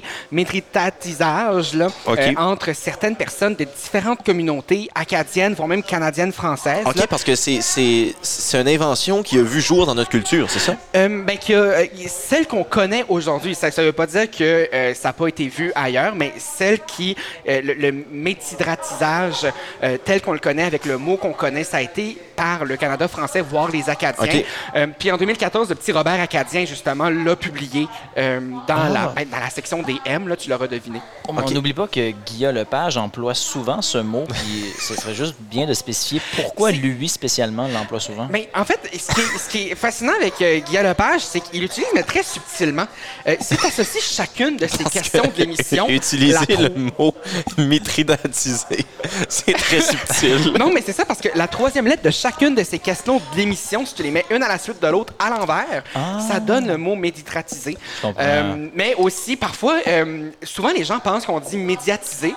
[SPEAKER 3] métritatisages là,
[SPEAKER 4] OK.
[SPEAKER 3] euh, entre certaines personnes de différentes communautés acadiennes, voire même canadiennes, françaises. là.
[SPEAKER 4] OK, parce que c'est- c'est c'est une invention qui a vu jour dans notre culture, c'est ça?
[SPEAKER 3] Euh, ben, que, euh, y- celle qu'on connaît aujourd'hui, ça ne veut pas dire que euh, ça n'a pas été vu ailleurs, mais celle qui, euh, le, le métidratisage euh, tel qu'on le connaît avec le mot qu'on connaît, ça a été par le Canada français, voire les Acadiens.
[SPEAKER 4] OK.
[SPEAKER 3] Euh, Puis en 2014, le petit Robert Acadien, justement, l'a publié euh, dans,
[SPEAKER 5] Ah.
[SPEAKER 3] la, ben, dans la section des M, là, tu l'auras deviné.
[SPEAKER 5] On n'oublie pas que Guillaume Lepage emploie souvent ce mot, puis ce serait juste bien de spécifier pourquoi lui spécialement l'emploie souvent.
[SPEAKER 3] Mais en fait, ce qui est, ce qui est fascinant avec euh, Guillaume Lepage, c'est qu'il utilise, mais très subtilement, euh, c'est associé chacune de ces questions de l'émission. la
[SPEAKER 4] Utiliser
[SPEAKER 3] pro-
[SPEAKER 4] le mot mitridatisé, c'est très subtil.
[SPEAKER 3] Non, mais c'est ça parce que la troisième lettre de chacune de ces questions de l'émission, si tu les mets une à la suite de l'autre à l'envers, ça donne le mot méditratisé.
[SPEAKER 5] comprends.
[SPEAKER 3] mais aussi, parfois, euh, souvent les gens pensent qu'on dit médiatisé.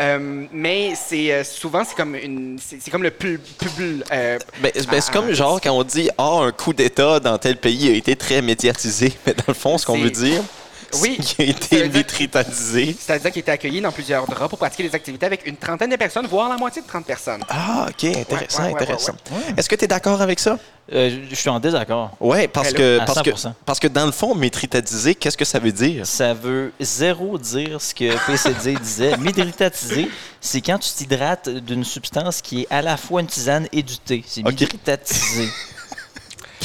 [SPEAKER 3] euh, mais c'est euh, souvent c'est comme une c'est c'est comme le pub publ, euh,
[SPEAKER 4] Ben, ben, c'est comme genre Ah, quand on dit Ah, un coup d'État dans tel pays a été très médiatisé, mais dans le fond, ce qu'on
[SPEAKER 3] C'est-
[SPEAKER 4] veut dire,
[SPEAKER 3] Oui.
[SPEAKER 4] Qui
[SPEAKER 3] Ça
[SPEAKER 4] a
[SPEAKER 3] veut
[SPEAKER 4] été
[SPEAKER 3] dire-
[SPEAKER 4] vitritanisé.
[SPEAKER 3] C'est-à-dire qu'il était accueilli dans plusieurs draps pour pratiquer des activités avec une trentaine de personnes, voire la moitié de 30 personnes.
[SPEAKER 4] Ah, OK, intéressant,
[SPEAKER 3] Ouais, ouais, ouais,
[SPEAKER 4] intéressant.
[SPEAKER 3] ouais,
[SPEAKER 4] Est-ce que tu es d'accord avec ça?
[SPEAKER 5] Euh, je je suis en désaccord.
[SPEAKER 4] Oui, parce
[SPEAKER 5] Hello.
[SPEAKER 4] que,
[SPEAKER 5] À
[SPEAKER 4] parce, que,
[SPEAKER 5] 100%.
[SPEAKER 4] parce que dans le fond, métritatiser, qu'est-ce que ça veut dire?
[SPEAKER 5] Ça veut zéro dire ce que PCD disait. Midritatiser, c'est quand tu t'hydrates d'une substance qui est à la fois une tisane et du thé. C'est
[SPEAKER 4] Ok.
[SPEAKER 5] midritatiser.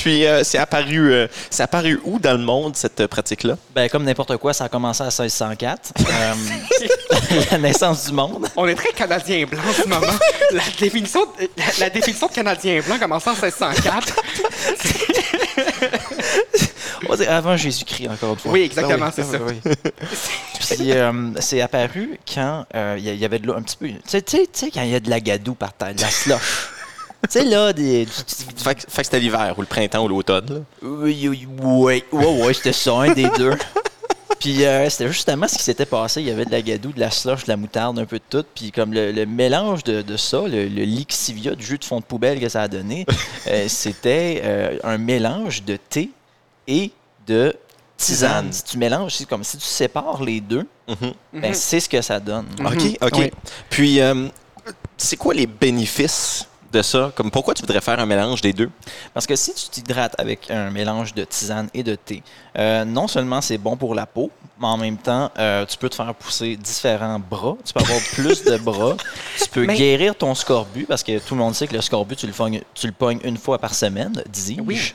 [SPEAKER 4] Puis, euh, c'est apparu, euh, c'est apparu où dans le monde, cette euh, pratique-là?
[SPEAKER 5] Ben, comme n'importe quoi, ça a commencé à 1604. Euh, la naissance du monde.
[SPEAKER 3] On est très Canadien blanc en ce moment. la, définition, de- la, la définition de Canadien blanc commence en 1604.
[SPEAKER 5] On va dire avant Jésus-Christ, encore une fois.
[SPEAKER 3] Ah Oui, exactement, c'est ça.
[SPEAKER 5] Puis euh, c'est apparu quand euh, il y, y avait de l'eau un petit peu. Tu sais, tu sais- tu sais, quand il y a de la gadoue par terre, de la slush. tu sais, là, des.
[SPEAKER 4] Fait, que- fait que c'était l'hiver ou le printemps ou l'automne.
[SPEAKER 5] Oui, oui, oui, ouais, ouais, c'était ça, un des deux. Puis euh, c'était justement ce qui s'était passé. Il y avait de la gadoue, de la slush, de la moutarde, un peu de tout. Puis comme le, le mélange de, de ça, le, le lixivia, du jus de fond de poubelle que ça a donné, euh, c'était euh, un mélange de thé et de tisane.
[SPEAKER 4] Tisane.
[SPEAKER 5] Si tu mélanges, c'est comme si tu sépares les deux, ben,
[SPEAKER 4] Mhm.
[SPEAKER 5] c'est ce que ça donne.
[SPEAKER 4] là. OK, OK.
[SPEAKER 5] Mhm. Oui.
[SPEAKER 4] Puis, euh, c'est quoi les bénéfices de ça? Comme pourquoi tu voudrais faire un mélange des deux?
[SPEAKER 5] Parce que si tu t'hydrates avec un mélange de tisane et de thé, euh, non seulement c'est bon pour la peau, mais en même temps, euh, tu peux te faire pousser différents bras. Tu peux avoir plus de bras. Tu peux
[SPEAKER 3] Mais-
[SPEAKER 5] guérir ton scorbut, parce que tout le monde sait que le scorbut, tu le, fognes- tu le pognes une fois par semaine, dis-je.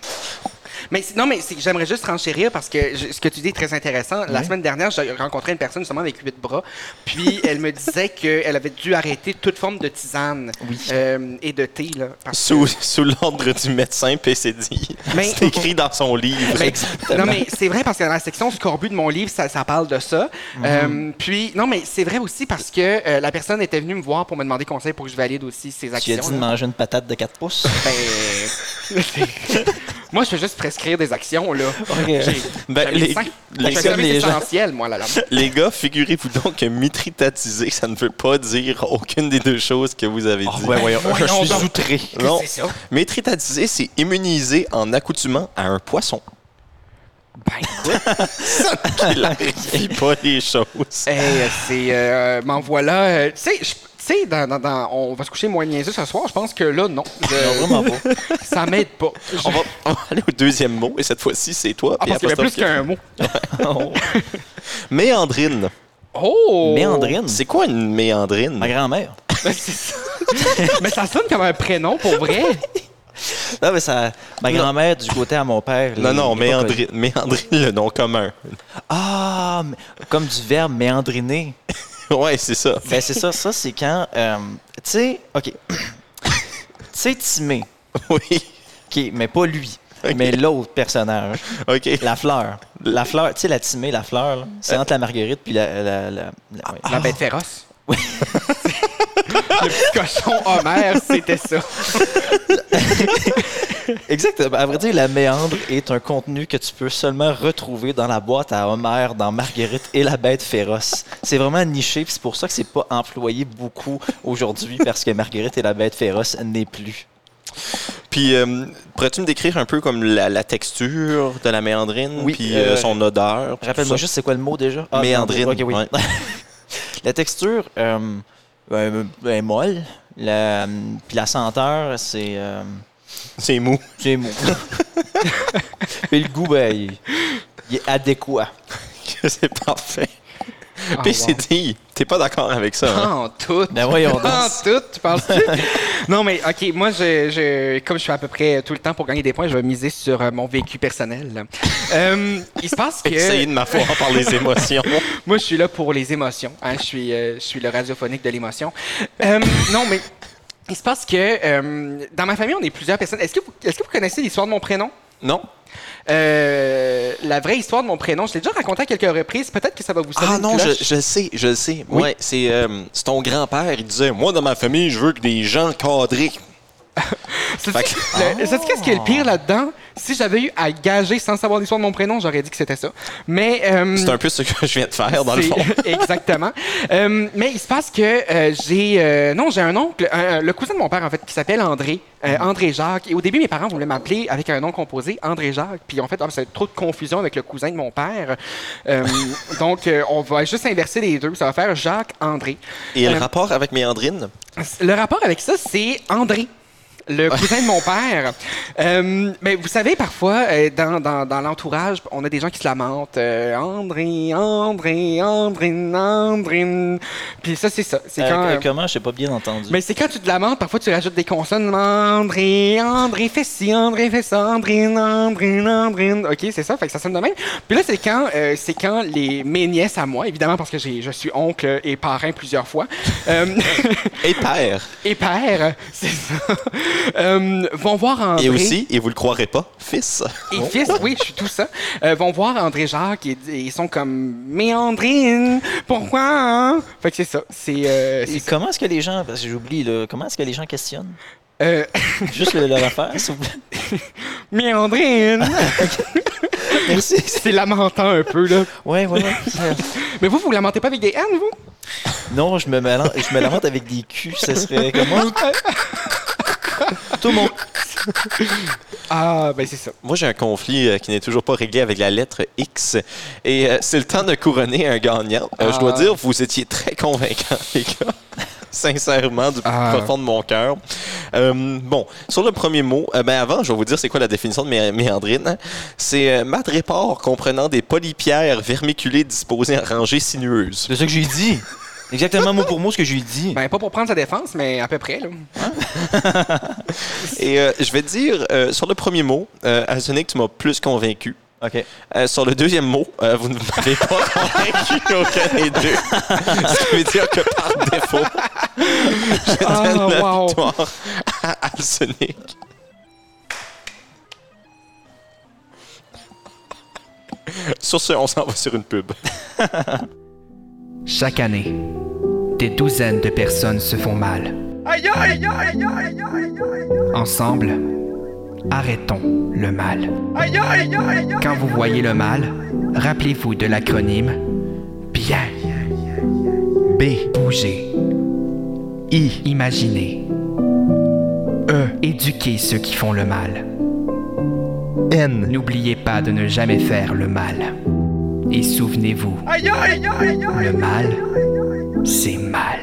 [SPEAKER 3] Mais c'est- non, mais c'est que j'aimerais juste renchérir parce que je- ce que tu dis est très intéressant. La semaine dernière, j'ai rencontré une personne justement avec huit bras, puis elle me disait qu'elle avait dû arrêter toute forme de tisane euh, et de thé. Là, parce que-
[SPEAKER 4] Sous, sous l'ordre du médecin PCD.
[SPEAKER 5] Ben,
[SPEAKER 3] Mais-
[SPEAKER 4] C'est écrit dans son livre.
[SPEAKER 3] Mais- Ben, non, mais c'est vrai parce que dans la section scorbut de mon livre, ça, ça parle de ça.
[SPEAKER 4] Mhm.
[SPEAKER 3] Euh, puis, non, mais c'est vrai aussi parce que euh, la personne était venue me voir pour me demander conseil pour que je valide aussi ses
[SPEAKER 5] Tu
[SPEAKER 3] actions.
[SPEAKER 5] as dit de
[SPEAKER 3] là.
[SPEAKER 5] manger une patate de 4 pouces.
[SPEAKER 3] Ben, moi, je fais juste prescrire des actions, là. J'ai- j'ai
[SPEAKER 4] Ben,
[SPEAKER 3] un
[SPEAKER 4] les-
[SPEAKER 3] médecin. Je fais
[SPEAKER 4] les- comme
[SPEAKER 3] un service
[SPEAKER 4] les gens.
[SPEAKER 3] essentiel, moi, là. là.
[SPEAKER 4] Les gars, figurez-vous donc que mitritatiser, ça ne veut pas dire aucune des deux choses que vous avez dit.
[SPEAKER 5] Ah, ouais, ouais, je Eh, Voyons suis donc. outré. que
[SPEAKER 4] Non.
[SPEAKER 5] c'est ça?
[SPEAKER 4] Mitritatiser, c'est immuniser en accoutumant à un poisson. Ben, quoi? ça ne clarifie pas les choses.
[SPEAKER 5] Eh.
[SPEAKER 3] Hey, euh, c'est. euh, M'en voilà. euh, tu sais, je- tu sais, dans, dans- dans- on va se coucher moins niaiseux ce soir. Je pense que là, non. Je-
[SPEAKER 5] Vraiment pas.
[SPEAKER 3] Ça m'aide pas.
[SPEAKER 4] On va, on va aller au deuxième mot, et cette fois-ci, c'est toi.
[SPEAKER 3] Ah,
[SPEAKER 4] puis
[SPEAKER 3] parce qu'il y avait plus
[SPEAKER 4] apostrophe
[SPEAKER 3] qu'un mot.
[SPEAKER 4] Méandrine.
[SPEAKER 3] Oh!
[SPEAKER 5] Méandrine.
[SPEAKER 4] C'est quoi une méandrine?
[SPEAKER 5] Ma grand-mère.
[SPEAKER 3] Ben, c'est ça. Mais ça sonne comme un prénom pour vrai.
[SPEAKER 5] Non, mais ça, ma grand-mère, du côté à mon père.
[SPEAKER 4] Non,
[SPEAKER 5] les-
[SPEAKER 4] non,
[SPEAKER 5] les-
[SPEAKER 4] méandrine, méandrine, le nom commun.
[SPEAKER 5] Ah, mais- comme du verbe méandriner.
[SPEAKER 4] ouais, c'est ça.
[SPEAKER 5] Ben, c'est ça. Ça, c'est quand. euh, tu sais, OK. tu sais, Timé.
[SPEAKER 4] Oui.
[SPEAKER 5] OK, mais pas lui. Mais l'autre personnage.
[SPEAKER 4] OK.
[SPEAKER 5] La fleur. La fleur, tu sais, la Timé, la fleur, là, c'est entre la marguerite puis la. la, la, la- ouais.
[SPEAKER 3] La bête féroce. Le petit cochon Homer, c'était ça.
[SPEAKER 5] Exactement. À vrai dire, la méandre est un contenu que tu peux seulement retrouver dans la boîte à Homer, dans Marguerite et la bête féroce. C'est vraiment niché, puis c'est pour ça que c'est pas employé beaucoup aujourd'hui, parce que Marguerite et la bête féroce n'est plus.
[SPEAKER 4] Puis, euh, pourrais-tu me décrire un peu comme la, la texture de la méandrine,
[SPEAKER 5] Oui,
[SPEAKER 4] puis euh,
[SPEAKER 5] euh,
[SPEAKER 4] son odeur? puis
[SPEAKER 5] Rappelle-moi
[SPEAKER 4] tout ça?
[SPEAKER 5] juste, c'est quoi le mot déjà? Ah,
[SPEAKER 4] Méandrine,
[SPEAKER 5] ok, oui.
[SPEAKER 4] ouais.
[SPEAKER 5] la texture euh, euh, est molle. La, puis la senteur, c'est euh,
[SPEAKER 4] C'est mou.
[SPEAKER 5] c'est mou. puis le goût, ben, il, il est adéquat.
[SPEAKER 4] c'est parfait.
[SPEAKER 3] Ah,
[SPEAKER 4] PCD, t'es pas d'accord avec ça, hein?
[SPEAKER 3] En tout.
[SPEAKER 5] Ben voyons donc.
[SPEAKER 3] En tout, tu penses-tu? non, mais OK, moi, je, je- comme je fais à peu près tout le temps pour gagner des points, je vais miser sur euh, mon vécu personnel. Euh, il se passe que...
[SPEAKER 4] Essayez de m'avoir par les émotions.
[SPEAKER 3] Moi, je suis là pour les émotions. hein. Je, suis, euh, je suis le radiophonique de l'émotion. Euh, non, mais il se passe que euh, dans ma famille, on est plusieurs personnes. Est-ce que, vous- est-ce que vous connaissez l'histoire de mon prénom?
[SPEAKER 4] Non?
[SPEAKER 3] Euh, la vraie histoire de mon prénom, je l'ai déjà raconté à quelques reprises. Peut-être que ça va vous sonner
[SPEAKER 4] Ah
[SPEAKER 3] une
[SPEAKER 4] non,
[SPEAKER 3] cloche.
[SPEAKER 4] je, je le sais, je le sais.
[SPEAKER 3] Oui.
[SPEAKER 4] Ouais, c'est euh, c'est ton grand-père, il disait « Moi, dans ma famille, je veux que des gens cadrés.
[SPEAKER 3] Sais-tu
[SPEAKER 4] Fait que-
[SPEAKER 3] le- sais-tu qu'est-ce qui est le pire là-dedans? Si j'avais eu à gager sans savoir l'histoire de mon prénom, j'aurais dit que c'était ça. Mais. euh,
[SPEAKER 4] C'est un peu ce que je viens de faire, dans le
[SPEAKER 3] c'est-
[SPEAKER 4] fond.
[SPEAKER 3] Exactement. Euh, mais il se passe que euh, j'ai. euh, non, j'ai un oncle, euh, le cousin de mon père, en fait, qui s'appelle André. euh, André Jacques. Et au début, mes parents voulaient m'appeler avec un nom composé, André Jacques. Puis en fait, ah, c'est trop de confusion avec le cousin de mon père. Euh, donc, euh, on va juste inverser les deux. Ça va faire Jacques-André.
[SPEAKER 4] Et le
[SPEAKER 3] Euh,
[SPEAKER 4] rapport avec Méandrine?
[SPEAKER 3] le rapport avec ça, c'est André. Le cousin de mon père. Euh, mais vous savez, parfois, euh, dans, dans- dans l'entourage, on a des gens qui se lamentent. euh, André, André, André, André. Puis ça, c'est ça. C'est
[SPEAKER 5] Euh,
[SPEAKER 3] quand.
[SPEAKER 5] euh,
[SPEAKER 3] euh,
[SPEAKER 5] Comment? Je pas bien entendu.
[SPEAKER 3] mais c'est quand tu te lamentes, parfois tu rajoutes des consonnes. André, André, fais ci, André, fais ça, André, André, André. OK, c'est ça, fait que ça sonne de même. Puis là, c'est quand, euh, c'est quand les, mes nièces à moi, évidemment, parce que j'ai- je suis oncle et parrain plusieurs fois. euh,
[SPEAKER 4] Et père.
[SPEAKER 3] et père, c'est ça, euh, vont voir André.
[SPEAKER 4] Et aussi, et vous le croirez pas, fils.
[SPEAKER 3] Et fils, oui, je suis tout ça. Euh, vont voir André Jacques et et ils sont comme Mais Andrine, pourquoi hein? Fait que c'est ça. C'est. euh, c'est
[SPEAKER 5] Et
[SPEAKER 3] ça.
[SPEAKER 5] comment est-ce que les gens, parce que j'oublie, là, comment est-ce que les gens questionnent?
[SPEAKER 3] Euh,
[SPEAKER 5] Juste le- leur affaire, s'il vous plaît.
[SPEAKER 3] Mais Andrine!
[SPEAKER 5] Merci.
[SPEAKER 3] C'est lamentant un peu, là.
[SPEAKER 5] Ouais, ouais, ouais.
[SPEAKER 3] Mais vous, vous lamentez pas avec des N, vous?
[SPEAKER 5] Non, je me, malen- je me lamente avec des culs, ça serait comment? Tout mon...
[SPEAKER 3] Ah, ben c'est ça.
[SPEAKER 4] Moi, j'ai un conflit euh, qui n'est toujours pas réglé avec la lettre X. Et euh, c'est le temps de couronner un gagnant. Euh, Je dois
[SPEAKER 3] Ah.
[SPEAKER 4] dire, vous étiez très convaincant, les gars. Sincèrement, du plus
[SPEAKER 3] Ah.
[SPEAKER 4] profond de mon cœur. Euh, bon, sur le premier mot, euh, ben avant, je vais vous dire c'est quoi la définition de mé- méandrine. C'est euh, mat réport comprenant des polypières vermiculées disposées en rangées sinueuses.
[SPEAKER 5] C'est ça que j'ai dit. Exactement mot pour mot ce que j'ai dit.
[SPEAKER 3] Ben, pas pour prendre sa défense, mais à peu près, là.
[SPEAKER 4] Et euh, je vais te dire, euh, sur le premier mot, euh, Arsenic, tu m'as plus convaincu.
[SPEAKER 5] OK.
[SPEAKER 4] Euh, sur le deuxième mot, euh, vous ne m'avez pas convaincu aucun des deux. Ce qui veut dire que par défaut, je
[SPEAKER 3] Ah,
[SPEAKER 4] donne la
[SPEAKER 3] wow.
[SPEAKER 4] victoire à Arsenic. Sur ce, on s'en va sur une pub.
[SPEAKER 2] Chaque année, des douzaines de personnes se font mal. Ensemble, arrêtons le mal. Quand vous voyez le mal, rappelez-vous de l'acronyme BIEN. B. Bouger. I. Imaginer. E. Éduquer ceux qui font le mal. N. N'oubliez pas de ne jamais faire le mal. Et souvenez-vous, le mal, c'est mal.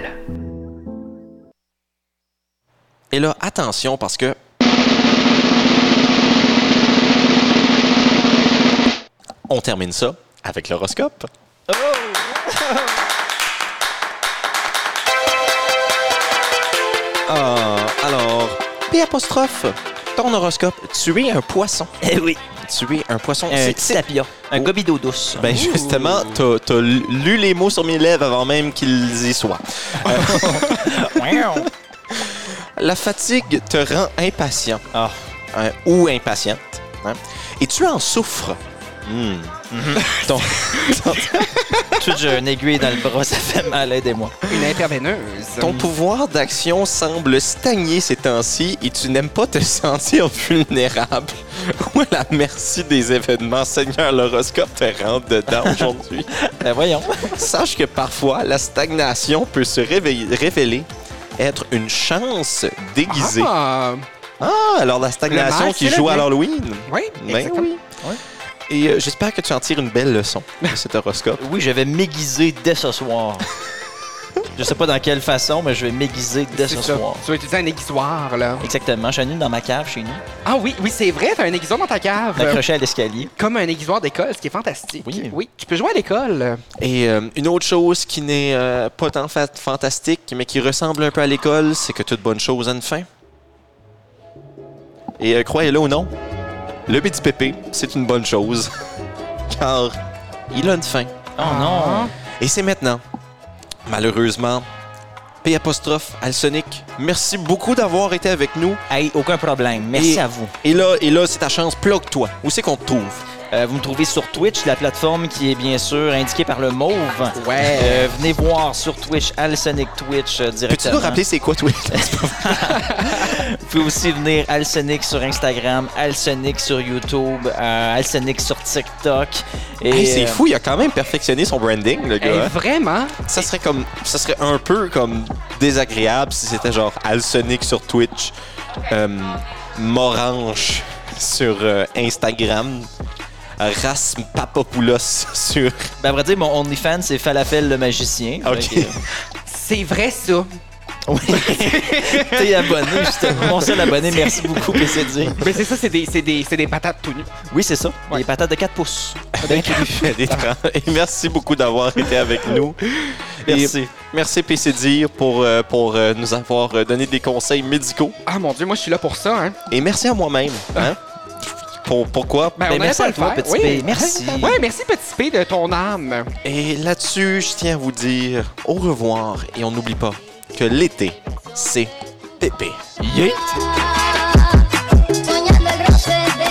[SPEAKER 4] Et là, attention parce que. On termine ça avec l'horoscope. Ah, alors, P apostrophe, ton horoscope, tu es un poisson.
[SPEAKER 5] Eh oui,
[SPEAKER 4] Tu es un poisson.
[SPEAKER 5] un
[SPEAKER 4] C'est-
[SPEAKER 5] petit tapia, Euh, un
[SPEAKER 4] Oh.
[SPEAKER 5] gobido douce.
[SPEAKER 4] Euh, Ben justement, t'as t'as lu les mots sur mes lèvres avant même qu'ils y soient.
[SPEAKER 5] Miaou.
[SPEAKER 4] La fatigue te rend impatient
[SPEAKER 5] Ah.
[SPEAKER 4] hein, ou impatiente. hein, et tu en souffres. Hmm. Ton-
[SPEAKER 5] Tout j'ai un aiguille dans le bras, ça fait mal, aidez-moi.
[SPEAKER 3] Une interveneuse.
[SPEAKER 4] Ton pouvoir d'action semble stagner ces temps-ci et tu n'aimes pas te sentir vulnérable ou à la merci des événements. Seigneur, l'horoscope te rentre dedans aujourd'hui.
[SPEAKER 5] Ben voyons.
[SPEAKER 4] Sache que parfois, la stagnation peut se réveiller- révéler être une chance déguisée. Ah,
[SPEAKER 3] Ah,
[SPEAKER 4] alors la
[SPEAKER 3] Le
[SPEAKER 4] stagnation
[SPEAKER 3] mal,
[SPEAKER 4] qui
[SPEAKER 3] c'est le
[SPEAKER 4] joue à
[SPEAKER 3] bien.
[SPEAKER 4] l'Halloween.
[SPEAKER 3] oui,
[SPEAKER 4] Ben
[SPEAKER 3] exactement.
[SPEAKER 4] oui. Et euh, j'espère que tu en tires une belle leçon de cet horoscope.
[SPEAKER 5] Oui, je vais m'aiguiser dès ce soir. Je sais pas dans quelle façon, mais je vais m'aiguiser dès
[SPEAKER 3] C'est
[SPEAKER 5] ce
[SPEAKER 3] ça.
[SPEAKER 5] soir.
[SPEAKER 3] Tu vas utiliser un aiguisoir, là.
[SPEAKER 5] Exactement, j'en ai une dans ma cave chez nous,
[SPEAKER 3] Ah oui, oui, c'est vrai, t'as un aiguisoir dans ta cave.
[SPEAKER 5] accrochée à l'escalier.
[SPEAKER 3] Comme un aiguisoir d'école, ce qui est fantastique.
[SPEAKER 5] Oui.
[SPEAKER 3] Oui, tu peux jouer à l'école.
[SPEAKER 4] Et euh, une autre chose qui n'est euh, pas tant fa- fantastique, mais qui ressemble un peu à l'école, c'est que toute bonne chose a une fin. Et euh, croyez-le ou non, le petit pépé, c'est une bonne chose, car il a une fin.
[SPEAKER 5] Oh non!
[SPEAKER 4] Et c'est maintenant. Malheureusement, P apostrophe Alsonic, merci beaucoup d'avoir été avec nous.
[SPEAKER 5] Hey, aucun problème, merci
[SPEAKER 4] Et-
[SPEAKER 5] à vous.
[SPEAKER 4] Et là, et là c'est ta chance, plug-toi. Où c'est qu'on te trouve?
[SPEAKER 5] Euh, vous me trouvez sur Twitch, la plateforme qui est bien sûr indiquée par le mauve.
[SPEAKER 3] Ouais.
[SPEAKER 5] Euh, venez voir sur Twitch, Alsonic Twitch euh, directement.
[SPEAKER 4] Peux-tu nous rappeler c'est quoi Twitch?
[SPEAKER 5] Vous pouvez aussi venir Alsonic sur Instagram, Alsonic sur YouTube, euh, Alsonic sur TikTok. Et,
[SPEAKER 4] Hey, c'est
[SPEAKER 5] euh,
[SPEAKER 4] fou, il a quand même perfectionné son branding, le gars. hein.
[SPEAKER 3] vraiment?
[SPEAKER 4] Ça serait comme, ça serait un peu comme désagréable si c'était genre Alsonic sur Twitch, euh, Morange sur euh, Instagram, Rasm Papopoulos sur.
[SPEAKER 5] Ben, à vrai dire, mon OnlyFans, c'est Falafel le magicien.
[SPEAKER 4] Ok.
[SPEAKER 5] Fait que,
[SPEAKER 3] C'est vrai, ça.
[SPEAKER 5] euh, T'es abonné, justement. Mon seul abonné, merci beaucoup, PCD.
[SPEAKER 3] Mais c'est ça, c'est des, c'est des, c'est des patates tout nues.
[SPEAKER 5] Oui, c'est ça. Les patates de 4 pouces.
[SPEAKER 4] Des trans- Et merci beaucoup d'avoir été avec nous. Et
[SPEAKER 5] Merci.
[SPEAKER 4] merci PC Dire pour, euh, pour euh, nous avoir euh, donné des conseils médicaux.
[SPEAKER 3] Ah mon Dieu, moi, je suis là pour ça, hein.
[SPEAKER 4] Et merci à moi-même. hein. Pour, pourquoi?
[SPEAKER 3] Ben,
[SPEAKER 5] Ben,
[SPEAKER 3] on
[SPEAKER 5] merci
[SPEAKER 3] aurait
[SPEAKER 5] à
[SPEAKER 3] pas le faire.
[SPEAKER 5] toi, Petit
[SPEAKER 3] oui.
[SPEAKER 5] P. Merci.
[SPEAKER 3] Ouais, merci, petit P, de ton âme.
[SPEAKER 4] Et là-dessus, je tiens à vous dire au revoir et on n'oublie pas que l'été, c'est pépé.
[SPEAKER 9] Soñando el roce de